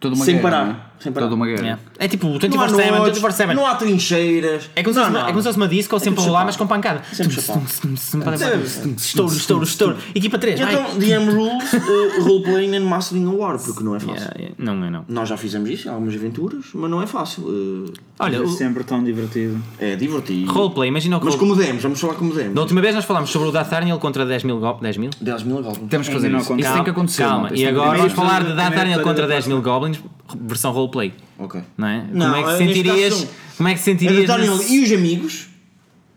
Speaker 5: Toda uma
Speaker 2: sem
Speaker 5: guerra,
Speaker 2: parar.
Speaker 5: não é?
Speaker 2: Sem parar.
Speaker 5: Toda uma guerra.
Speaker 4: Yeah. É tipo o
Speaker 2: Não há
Speaker 4: 24-7,
Speaker 2: noites,
Speaker 4: 24-7.
Speaker 2: Não há trincheiras.
Speaker 4: É como, se fosse
Speaker 2: Não,
Speaker 4: uma,
Speaker 2: não.
Speaker 4: é como se fosse uma disco, sempre a rolar,
Speaker 2: chapado.
Speaker 4: mas com pancada.
Speaker 2: Sempre
Speaker 4: Tum,
Speaker 2: chapado.
Speaker 4: tum, tum, tum, para-
Speaker 2: Sempre.
Speaker 4: Estouro, estouro, estouro. Equipa 3, vai.
Speaker 2: Então, DM Rules, eh, Role Playing and Mastering a War, porque não é fácil.
Speaker 4: Yeah, yeah. Não é, não.
Speaker 2: Nós já fizemos isso em algumas aventuras, mas não é fácil. eh,
Speaker 4: Olha,
Speaker 3: é
Speaker 4: o
Speaker 3: sempre tão divertido.
Speaker 2: é divertido.
Speaker 4: roleplay, imagina o
Speaker 2: Mas
Speaker 4: roleplay.
Speaker 2: como demos, vamos falar como demos.
Speaker 4: Da última vez nós falámos sobre o D'Artagnan contra 10 mil golpes. 10 mil?
Speaker 2: 10 mil goblins.
Speaker 5: Temos que fazer
Speaker 3: Ainda não
Speaker 5: isso. Isso
Speaker 3: aconteceu.
Speaker 5: tem que acontecer.
Speaker 4: Calma,
Speaker 5: malta. Isso
Speaker 4: e
Speaker 5: tem que
Speaker 4: agora vamos
Speaker 5: acontecer.
Speaker 4: falar de D'Artagnan
Speaker 3: Primeiro
Speaker 4: contra
Speaker 3: para
Speaker 4: 10 mil goblins, versão roleplay.
Speaker 2: Ok.
Speaker 4: Não é?
Speaker 2: Não,
Speaker 4: como é que
Speaker 2: eh, neste
Speaker 4: sentirias?
Speaker 2: caso
Speaker 4: Como é que sentirias?
Speaker 2: Era Daniel
Speaker 4: nesse-
Speaker 2: e os amigos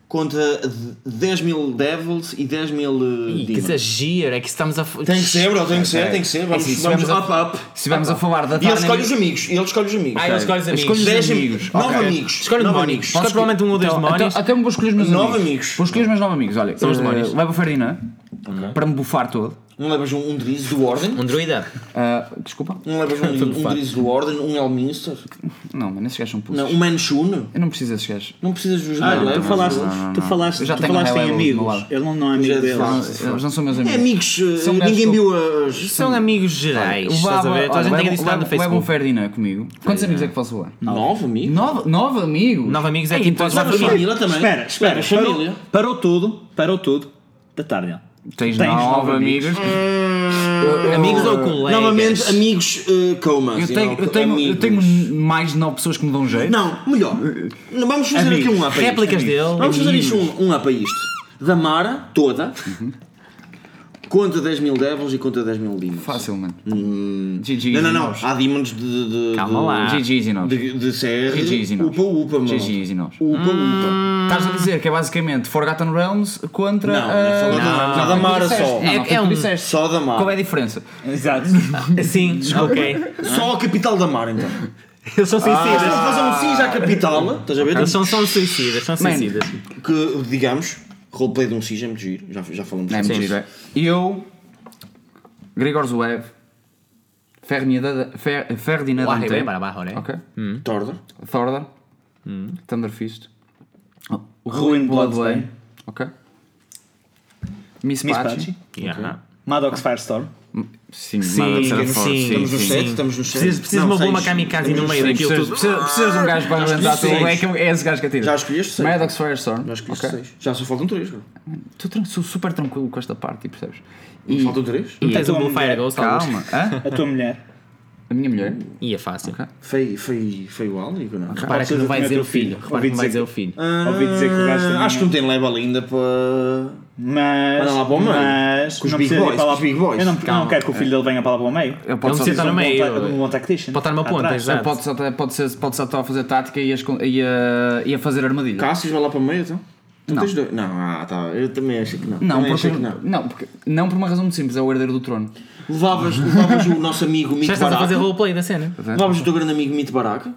Speaker 2: contra 10 mil devils e 10 mil eh,
Speaker 4: Ih, Que
Speaker 2: demons.
Speaker 4: exagir, é que estamos a. Tem
Speaker 2: Tem que ser, bro, tem que ser, tem que ser. Vamos,
Speaker 5: É assim, se
Speaker 2: vamos
Speaker 5: vamos
Speaker 2: up,
Speaker 5: a-
Speaker 2: up.
Speaker 5: se vamos a falar da
Speaker 2: E ele
Speaker 5: Tânia-
Speaker 2: escolhe os amigos, e ele escolhe os amigos.
Speaker 4: Ah, ele escolhe os amigos.
Speaker 5: Escolhe os
Speaker 2: Dez
Speaker 5: amigos.
Speaker 2: Nove
Speaker 5: Ok.
Speaker 2: amigos.
Speaker 4: Escolhe
Speaker 2: nove
Speaker 4: demónios. Escolhe
Speaker 2: Posso
Speaker 4: provavelmente um ou dois
Speaker 5: Então,
Speaker 4: demónios.
Speaker 5: Até, até me vou escolher os meus
Speaker 2: Nove
Speaker 5: amigos.
Speaker 2: amigos.
Speaker 5: Vou escolher os meus nove amigos, olha.
Speaker 4: São os
Speaker 5: Eh,
Speaker 4: demónios.
Speaker 5: Vai para o Ferdinand para me bufar todo.
Speaker 2: Um levas um, um Drizzt do Ordem.
Speaker 4: Um druida.
Speaker 5: Ah, desculpa.
Speaker 2: Um levas um, um Drizzt do Ordem, um Elminster.
Speaker 5: Não, mas esses gajos são putos.
Speaker 2: Não, um Manchun.
Speaker 5: Eu não preciso desses gajos.
Speaker 2: Não precisas dos
Speaker 3: Ah,
Speaker 2: não,
Speaker 3: tu,
Speaker 2: não,
Speaker 3: falaste,
Speaker 2: não, não.
Speaker 3: tu falaste,
Speaker 5: Eu já
Speaker 3: tu
Speaker 5: tenho
Speaker 3: falaste
Speaker 5: High
Speaker 3: em
Speaker 5: Level do meu
Speaker 3: amigos.
Speaker 5: lado.
Speaker 3: Ele não, não é amigo
Speaker 2: Já
Speaker 3: dele.
Speaker 2: falo.
Speaker 5: Eles não são meus
Speaker 2: É
Speaker 5: amigos.
Speaker 2: amigos, eh,
Speaker 5: São gajos
Speaker 2: ninguém
Speaker 5: que-
Speaker 2: viu as.
Speaker 4: São amigos gerais. Estás a ver? Toda a gente tem que adicionar no
Speaker 5: Leva um
Speaker 4: Facebook.
Speaker 5: Ferdinand comigo. Quantos amigos é que posso levar?
Speaker 2: Nove amigos?
Speaker 5: Nove, nove amigos?
Speaker 4: Nove amigos é
Speaker 5: Ei,
Speaker 4: tipo.
Speaker 5: então
Speaker 4: podes levar
Speaker 2: Mas
Speaker 4: para fora.
Speaker 2: família também.
Speaker 3: Espera, espera.
Speaker 2: Mas família.
Speaker 3: Parou, parou tudo, parou tudo da tarde.
Speaker 5: Tens, nove amigos.
Speaker 4: Amigos ou colegas?
Speaker 2: Novamente, amigos eh, comas.
Speaker 5: Eu
Speaker 2: e
Speaker 5: tenho,
Speaker 2: não
Speaker 5: eu, tenho, eu
Speaker 2: amigos.
Speaker 5: tenho um mais de nove pessoas que me dão jeito.
Speaker 2: Não, melhor. Não, Vamos fazer
Speaker 5: Amigos.
Speaker 2: aqui um up a isto.
Speaker 4: Réplicas dele.
Speaker 2: Vamos fazer isto um, um up a isto. Da Mara, toda.
Speaker 5: Uhum.
Speaker 2: Contra 10 mil devils e contra 10 mil demons.
Speaker 5: Fácil, mano. GG.
Speaker 2: Não, não, não. Há demons de. de, de
Speaker 4: Calma lá.
Speaker 5: GG e nós.
Speaker 2: De, de CR.
Speaker 5: GGs e nós.
Speaker 2: Upa, upa, mano.
Speaker 5: GGs e nós.
Speaker 2: Upa, upa.
Speaker 5: Estás a dizer que é basicamente Forgotten Realms contra.
Speaker 2: Não, não é
Speaker 5: ah,
Speaker 2: Forgotten Realms, é da
Speaker 5: foi o que
Speaker 2: Mara
Speaker 5: disseste.
Speaker 2: só.
Speaker 5: Não,
Speaker 4: É-
Speaker 5: não, foi
Speaker 4: é
Speaker 5: o que
Speaker 4: um-
Speaker 5: disseste.
Speaker 2: Só da Mara.
Speaker 5: Qual é a diferença?
Speaker 3: Exato.
Speaker 4: Sim, ok.
Speaker 2: Só a capital da Mara, então.
Speaker 4: Eles são
Speaker 2: Eles
Speaker 4: suicidas.
Speaker 2: vão fazer um cis à capital. Estás a ver?
Speaker 4: Eles são, são suicidas, são suicidas.
Speaker 2: tá Que, digamos, roleplay de um cis é muito giro. Já, já falamos
Speaker 5: Não é
Speaker 2: disso.
Speaker 5: muito giro, é? Eu, Gregor Zuev, Ferdinand Fer- Ferdinand
Speaker 4: Uau,
Speaker 5: Dante,
Speaker 4: bem para baixo, né?
Speaker 5: ok?
Speaker 2: Torda.
Speaker 5: Thorder, Hum. Thunderfist, Bloodway,
Speaker 3: Ruin Bloodstain.
Speaker 5: ok? Miss
Speaker 3: Miss
Speaker 5: Patchy.
Speaker 3: Patchy.
Speaker 4: Yeah.
Speaker 3: Maddox Firestorm.
Speaker 5: Sim,
Speaker 4: Sim, sim,
Speaker 2: Estamos no
Speaker 4: sim.
Speaker 2: set, estamos no set.
Speaker 4: Precisa, precisa de
Speaker 2: Não,
Speaker 4: uma bomba
Speaker 2: seis.
Speaker 4: kamikaze no meio
Speaker 5: Sim,
Speaker 4: daquilo
Speaker 5: precisas,
Speaker 4: tudo.
Speaker 5: precisas- precisas de um gajo para arranjar tudo.
Speaker 2: escolhi
Speaker 5: É, que- é esse gajo que atira.
Speaker 2: Já escolheste seis.
Speaker 5: Maddox Firestorm.
Speaker 2: Já escolheste
Speaker 5: ok.
Speaker 2: seis. Já só faltam três. bro.
Speaker 5: Estou tran- Sou super tranquilo com esta parte, tipo, percebes? E,
Speaker 2: Faltam três?
Speaker 4: Não tens
Speaker 3: E
Speaker 4: um
Speaker 3: a tua
Speaker 4: Blue Fire
Speaker 3: mulher?
Speaker 4: Ghost,
Speaker 5: calma. Hã?
Speaker 3: A tua mulher.
Speaker 5: A minha mulher?
Speaker 4: E é fácil.
Speaker 5: Ok.
Speaker 2: Foi, foi, foi o Álnico, não?
Speaker 4: Repara que não vai
Speaker 3: Pode
Speaker 4: dizer
Speaker 3: ser do
Speaker 4: o filho.
Speaker 3: filho.
Speaker 4: Repara que
Speaker 3: Ouvi
Speaker 4: não vai
Speaker 3: dizer
Speaker 4: dizer o filho.
Speaker 2: Ah,
Speaker 3: Ouvi dizer que o gajo tem-
Speaker 2: Acho que não tem level ainda para.
Speaker 3: Mas.
Speaker 2: Manda lá para o meio.
Speaker 3: Mas.
Speaker 2: Com os
Speaker 3: não
Speaker 2: big
Speaker 3: precisa ir
Speaker 2: boys,
Speaker 3: para lá-
Speaker 2: com os big boys.
Speaker 3: Eu não, eu
Speaker 4: Calma.
Speaker 3: não quero que o filho dele venha para lá para o meio.
Speaker 5: Ele pode
Speaker 4: Não
Speaker 5: só
Speaker 4: precisa
Speaker 5: dizer-
Speaker 4: estar no meio.
Speaker 3: Um bom, um bom tactician.
Speaker 4: Pode estar numa ponta,
Speaker 3: Atrás.
Speaker 5: Ele
Speaker 4: exato.
Speaker 5: pode só, pode, ser, pode só estar a fazer tática e a, escon- e a, e a fazer armadilha.
Speaker 2: Cássio vai lá para o meio, então? Tu
Speaker 5: Não.
Speaker 2: tens dois? Não, ah, tá. Eu também achei que não.
Speaker 5: Não,
Speaker 2: Também
Speaker 5: porque,
Speaker 2: achei que
Speaker 5: não.
Speaker 2: não.
Speaker 5: porque- não por uma razão muito simples, é o herdeiro do trono.
Speaker 2: Levavas, levavas o nosso amigo
Speaker 4: Já
Speaker 2: Mito
Speaker 4: estás a fazer
Speaker 2: Baraka.
Speaker 4: roleplay né, da cena.
Speaker 2: Levavas o teu grande amigo Mito Baraka.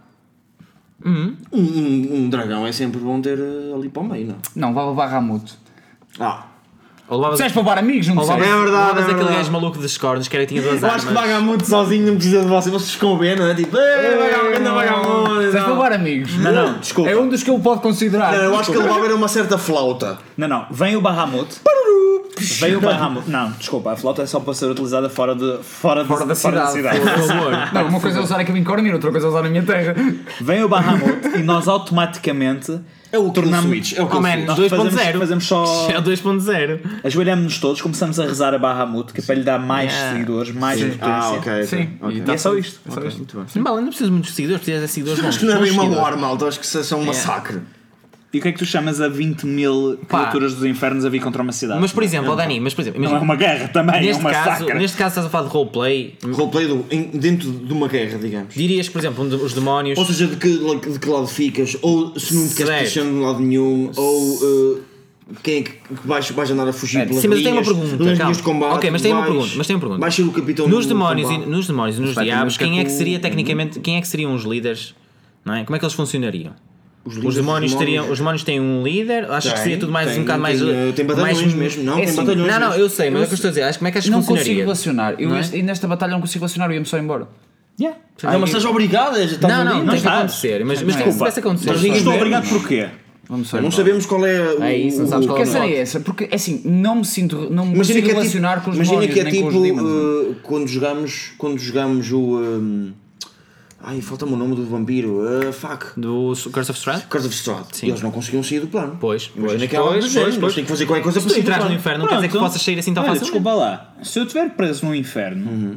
Speaker 2: Um, um- um dragão é sempre bom ter eh, ali para o meio, não?
Speaker 5: Não, vai levar Ramuto.
Speaker 2: Ah.
Speaker 4: Ou levavas
Speaker 5: Disseste para levar amigos, não
Speaker 4: ou
Speaker 5: disseste?
Speaker 2: É verdade,
Speaker 4: levavas
Speaker 2: é
Speaker 4: aquele
Speaker 2: verdade.
Speaker 4: gajo maluco dos cornos que era que tinha duas
Speaker 2: Eu acho que
Speaker 4: armas.
Speaker 2: Vagamundo sozinho não precisa de vocês, vocês ficam a ver, não é? Tipo, "Ei, Vagamundo, anda Vagamundo",
Speaker 5: Disseste para
Speaker 2: não.
Speaker 5: levar amigos.
Speaker 3: Não, não, desculpa.
Speaker 5: É um dos que ele pode considerar.
Speaker 2: Não, Eu acho que ele vai ver uma certa flauta.
Speaker 3: Não, não. Vem o Bahamut. Vem o Bahamut. Não, desculpa. A flauta é só para ser utilizada fora, de, fora, de-
Speaker 5: Fora da cidade.
Speaker 4: Por favor.
Speaker 5: Não, uma coisa é usar aqui em Cormir, outra coisa é usar na minha terra.
Speaker 3: Vem o Bahamut e nós automaticamente
Speaker 2: É o Kill
Speaker 3: Tornamos-
Speaker 2: Switch, é o Kill
Speaker 4: Oh, man,
Speaker 2: Switch.
Speaker 3: nós
Speaker 4: 2.0.
Speaker 3: fazemos, fazemos só.
Speaker 4: É o 2.0.
Speaker 3: Ajoelhamos-nos todos, começamos a rezar a Bahamut, que é para lhe dar mais
Speaker 4: Yeah.
Speaker 3: seguidores, mais
Speaker 2: Ah,
Speaker 3: potência.
Speaker 2: ok.
Speaker 5: Sim,
Speaker 2: ok.
Speaker 5: e
Speaker 3: E
Speaker 5: tá-
Speaker 3: é só isto. É só
Speaker 5: Ok.
Speaker 3: isto.
Speaker 4: Bala, não precisas de muitos seguidores, precisas de seguidores bons.
Speaker 2: Acho que não é
Speaker 4: bons
Speaker 2: bem uma
Speaker 4: seguidores.
Speaker 2: lore, malta. Acho que isso é só um massacre.
Speaker 3: E o que é que tu chamas a 20 mil
Speaker 4: Pá.
Speaker 3: criaturas dos infernos a vir contra uma cidade?
Speaker 4: Mas por exemplo, ó, Dani, mas por exemplo,
Speaker 3: não é
Speaker 4: imagina,
Speaker 3: uma guerra também, é
Speaker 4: neste,
Speaker 3: uma
Speaker 4: caso,
Speaker 3: massacre.
Speaker 4: neste caso estás a falar de roleplay,
Speaker 2: Um Roleplay do- em- dentro de uma guerra, digamos.
Speaker 4: dirias, por exemplo, um de- os demónios.
Speaker 2: Ou seja, de que, la- de que lado ficas, ou se não te queres
Speaker 4: Certo.
Speaker 2: deixar de um lado nenhum, ou uh, quem é que, que vais, vais andar a fugir pelas
Speaker 4: Sim, mas eu tenho uma
Speaker 2: linhas,
Speaker 4: pergunta.
Speaker 2: pelas
Speaker 4: calma.
Speaker 2: linhas de combate,
Speaker 4: ok, mas tenho uma
Speaker 2: vais-
Speaker 4: pergunta. Mas tenho uma pergunta.
Speaker 2: Vais ser o capitão
Speaker 4: nos
Speaker 2: do
Speaker 4: demónios, e,
Speaker 2: combate.
Speaker 4: nos demónios e nos
Speaker 5: Vai ter
Speaker 4: diabos,
Speaker 5: música
Speaker 4: quem é que
Speaker 5: com-
Speaker 4: seria tecnicamente, quem é que seriam os líderes? Não é? Como é que eles funcionariam? Os,
Speaker 2: líderes
Speaker 4: demónios
Speaker 2: dos demónios-
Speaker 4: teriam, os demónios têm um líder, acho que
Speaker 2: Tem,
Speaker 4: seria tudo mais
Speaker 2: tem,
Speaker 4: um bocado mais
Speaker 2: tem, eh, tem batalhões
Speaker 4: mais-
Speaker 2: mesmo, não,
Speaker 4: É
Speaker 2: tem
Speaker 4: assim,
Speaker 2: batalhões
Speaker 4: Não, não,
Speaker 2: mesmo.
Speaker 4: eu sei, mas é o que eu estou a dizer, acho que como é que acho que
Speaker 5: Não consigo
Speaker 4: funcionaria?
Speaker 5: relacionar. Eu
Speaker 4: Não é?
Speaker 5: este- e nesta batalha não consigo relacionar, eu ia-me só embora.
Speaker 3: Yeah.
Speaker 2: Não, mas estás Ah, obrigado, é, já tá estás
Speaker 4: Não,
Speaker 2: ali,
Speaker 4: não, não tem
Speaker 2: mas-
Speaker 4: que
Speaker 3: estás.
Speaker 4: acontecer, mas mas
Speaker 5: Não,
Speaker 4: tem que
Speaker 5: desculpa.
Speaker 4: começa a acontecer.
Speaker 2: Mas ninguém-
Speaker 3: Estou obrigado porquê?
Speaker 5: Vamos só
Speaker 2: não
Speaker 5: embora.
Speaker 2: sabemos qual é o.
Speaker 4: É isso, não sabes qual
Speaker 5: Porque
Speaker 4: é
Speaker 5: a
Speaker 4: o
Speaker 5: cena é
Speaker 4: mote.
Speaker 5: essa, porque assim, não me sinto, não me
Speaker 2: Imagina
Speaker 5: consigo
Speaker 2: que é tipo,
Speaker 5: relacionar com os
Speaker 2: imagina
Speaker 5: demónios,
Speaker 2: que é
Speaker 5: nem
Speaker 2: tipo
Speaker 5: com os demons.
Speaker 2: eh, quando jogamos, quando jogamos o, ehm, Ai, falta-me o nome do vampiro. Ah, fuck.
Speaker 4: Do Curse of Strahd?
Speaker 2: Curse of Strahd. E eles não conseguiam sair do plano.
Speaker 4: Pois,
Speaker 2: Imagina
Speaker 4: pois,
Speaker 2: que é algo
Speaker 4: pois,
Speaker 2: do género,
Speaker 4: pois,
Speaker 2: mas
Speaker 4: pois.
Speaker 2: tem que fazer qualquer coisa
Speaker 4: Se
Speaker 2: para
Speaker 4: tu
Speaker 2: sair do
Speaker 4: entras no
Speaker 2: plano.
Speaker 4: inferno, não quer dizer que possas sair assim tão
Speaker 3: Olha,
Speaker 4: fácil.
Speaker 3: desculpa lá. Se eu estiver preso no inferno,
Speaker 2: Uhum.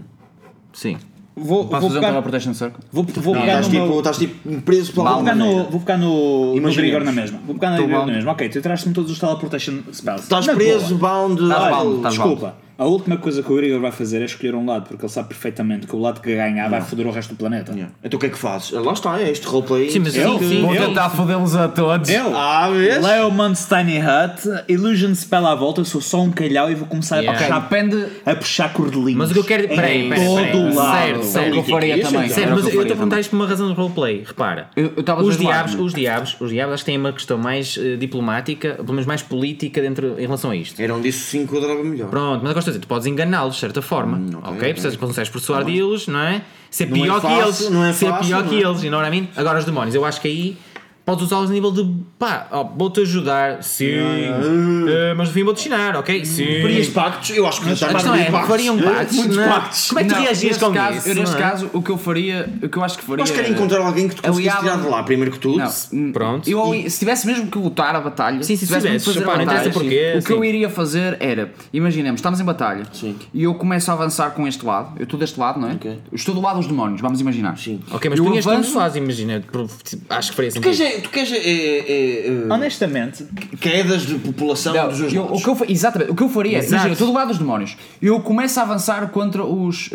Speaker 4: Sim.
Speaker 3: vou, vou
Speaker 5: Posso fazer um
Speaker 3: pegar,
Speaker 5: Protection Circle?
Speaker 3: vou, vou
Speaker 2: Não,
Speaker 3: pegar
Speaker 2: Estás
Speaker 3: no
Speaker 2: tipo,
Speaker 3: meu-
Speaker 2: estás tipo preso pela
Speaker 3: Vou pegar
Speaker 2: alma.
Speaker 4: é?
Speaker 2: né?
Speaker 3: no, vou pegar no, no
Speaker 2: Imaginemos.
Speaker 3: Grigor na mesma. Vou pegar no
Speaker 5: Tô
Speaker 3: Grigor na
Speaker 5: bound.
Speaker 3: mesma. Ok, tu tiraste-me todos os teleportation spells.
Speaker 2: Estás
Speaker 3: Na
Speaker 2: preso,
Speaker 3: boa.
Speaker 2: bound.
Speaker 5: Estás
Speaker 2: ah,
Speaker 5: bound,
Speaker 2: o-
Speaker 5: estás
Speaker 3: Desculpa. A última coisa que o Grigor vai fazer é escolher um lado, porque ele sabe perfeitamente que o lado que ganhar vai foder o resto do planeta.
Speaker 2: Yeah. Então o que é que fazes? Ah, Lá está, é este roleplay.
Speaker 4: Sim, mas sim,
Speaker 3: Eu?
Speaker 4: sim.
Speaker 3: Eu?
Speaker 5: fodê-los a todos.
Speaker 3: Eu?
Speaker 2: Ah, vês?
Speaker 3: Leo Mount's Tiny Hut, Illusion Spell à volta, eu sou só um calhau e vou começar
Speaker 4: Yeah.
Speaker 3: a
Speaker 5: Ok,
Speaker 3: puxar
Speaker 5: depende.
Speaker 3: a puxar cordelinhos.
Speaker 4: Mas o que eu quero-
Speaker 3: Em
Speaker 4: peraí, peraí,
Speaker 3: todo
Speaker 4: peraí.
Speaker 3: o lado.
Speaker 4: Certo, certo.
Speaker 5: Sabe o que eu faria
Speaker 2: Isso, então.
Speaker 4: Certo,
Speaker 5: também? Era o
Speaker 4: é mas eu
Speaker 5: que
Speaker 4: estou a
Speaker 5: faria
Speaker 4: perguntar
Speaker 5: também.
Speaker 4: isto por uma razão do roleplay, repara.
Speaker 5: Eu- eu tava
Speaker 4: os,
Speaker 5: dos dois lados,
Speaker 4: diabos,
Speaker 5: não é?
Speaker 4: os diabos, os diabos, acho que têm uma questão mais eh, diplomática, pelo menos mais política dentro, em relação a isto.
Speaker 2: um- Era onde isso se enquadrava melhor.
Speaker 4: Pronto, mas eu gosto de dizer, tu podes enganá-los de certa forma, ok?
Speaker 2: ok, ok.
Speaker 4: Precisas consegues persuadi-los, não é? Ser
Speaker 2: Não é
Speaker 4: pior que
Speaker 2: fácil,
Speaker 4: eles,
Speaker 2: não é
Speaker 4: ser
Speaker 2: fácil,
Speaker 4: pior
Speaker 2: não
Speaker 4: que
Speaker 2: é?
Speaker 4: eles, you know what I mean? Agora os demónios, eu acho que aí podes usá-los a nível de pá, ó, vou-te ajudar, sim, eh, mas no fim vou-te ensinar, ok? Sim.
Speaker 2: Farias pactos? Eu acho que não
Speaker 4: A
Speaker 2: estás
Speaker 4: questão
Speaker 2: fazer
Speaker 4: é, fariam pactos,
Speaker 2: Muitos
Speaker 4: não é?
Speaker 2: pactos.
Speaker 4: Como é que tu
Speaker 5: Não,
Speaker 4: reagias
Speaker 5: neste
Speaker 4: com
Speaker 5: caso,
Speaker 4: isso?
Speaker 5: Eu, neste
Speaker 4: não é?
Speaker 5: caso, o que eu faria, o que eu acho que faria.
Speaker 2: Nós queremos encontrar alguém que tu
Speaker 5: Eu
Speaker 2: conseguisse
Speaker 5: ia-
Speaker 2: tirar de lá, primeiro que tudo.
Speaker 5: Não,
Speaker 4: Pronto.
Speaker 5: Eu, ali- se tivesse mesmo que lutar a batalha,
Speaker 4: Sim, sim,
Speaker 5: tivesse
Speaker 4: tivesse,
Speaker 5: mesmo que
Speaker 4: pá, não interessa
Speaker 5: batalha,
Speaker 4: porquê,
Speaker 5: o que eu
Speaker 4: sim.
Speaker 5: iria fazer era, imaginemos, estamos em batalha
Speaker 2: Sim.
Speaker 5: e eu começo a avançar com este lado, eu estou deste lado, não é?
Speaker 2: Ok.
Speaker 5: Eu estou do lado dos demónios, vamos imaginar.
Speaker 2: Sim.
Speaker 4: Ok, mas
Speaker 5: Eu
Speaker 4: tu ias
Speaker 5: avanço-
Speaker 4: avanço... faz, imagina. pro- Acho que faria
Speaker 2: Tu
Speaker 4: sentido.
Speaker 2: queres, é- tu queres é, é, é, é,
Speaker 3: Honestamente,
Speaker 2: quedas é de população
Speaker 5: Não,
Speaker 2: dos dois
Speaker 5: eu-
Speaker 2: lados.
Speaker 5: o que eu, fa- exatamente, o que eu faria é,
Speaker 4: Exato.
Speaker 5: imagina, eu estou do lado dos demónios, eu começo a avançar contra os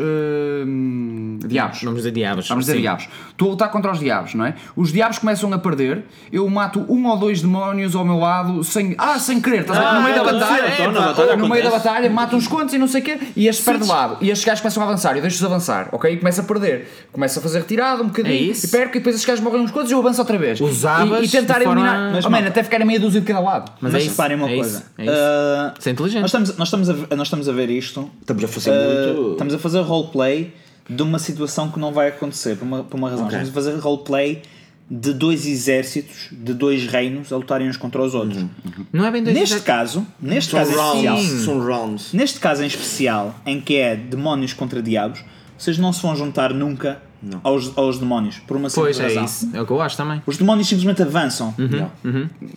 Speaker 5: hum, diabos.
Speaker 4: Vamos dizer diabos.
Speaker 5: Vamos dizer
Speaker 4: sim.
Speaker 5: diabos. Estou a lutar contra os diabos, não é? Os diabos começam a perder, eu mato um ou dois demónios ao meu lado, sem. Ah, sem querer, estás a ver? No meio da batalha.
Speaker 2: acontece, então, na
Speaker 5: pá,
Speaker 2: batalha
Speaker 5: no meio da
Speaker 2: acontece.
Speaker 5: batalha, mato uns quantos e não sei o quê, e estes perdem de lado. E estes gajos começam a avançar, eu deixo-os avançar, ok? E começo a perder. Começo a fazer retirada um bocadinho,
Speaker 4: É isso.
Speaker 5: e perco, e depois estes gajos morrem uns quantos e eu avanço outra vez.
Speaker 4: Usavas
Speaker 5: E, e tentar
Speaker 4: de forma-
Speaker 5: eliminar.
Speaker 4: Mas,
Speaker 5: Oh, man, até ficarem meia dúzia de cada lado.
Speaker 4: Mas
Speaker 3: mas,
Speaker 4: é isso,
Speaker 3: reparem uma
Speaker 4: é
Speaker 3: coisa.
Speaker 4: isso, é isso.
Speaker 3: Ah,
Speaker 4: Isso é inteligente.
Speaker 3: Nós estamos, nós, estamos a, nós estamos a ver isto.
Speaker 2: Estamos a fazer
Speaker 3: ah,
Speaker 2: muito-
Speaker 3: Estamos a fazer roleplay de uma situação que não vai acontecer, por uma, por uma razão. Estamos a fazer roleplay de dois exércitos, de dois reinos a lutarem uns contra os outros.
Speaker 4: Não é bem dois
Speaker 3: Neste
Speaker 4: diabos.
Speaker 3: caso, neste
Speaker 2: São
Speaker 3: caso em especial,
Speaker 2: rounds. São rounds.
Speaker 3: neste caso em especial, em que é demónios contra diabos, vocês não se vão juntar nunca aos, aos demónios, por uma simples
Speaker 4: Pois é
Speaker 3: razão.
Speaker 4: isso. É o que eu acho também.
Speaker 3: Os demónios simplesmente avançam.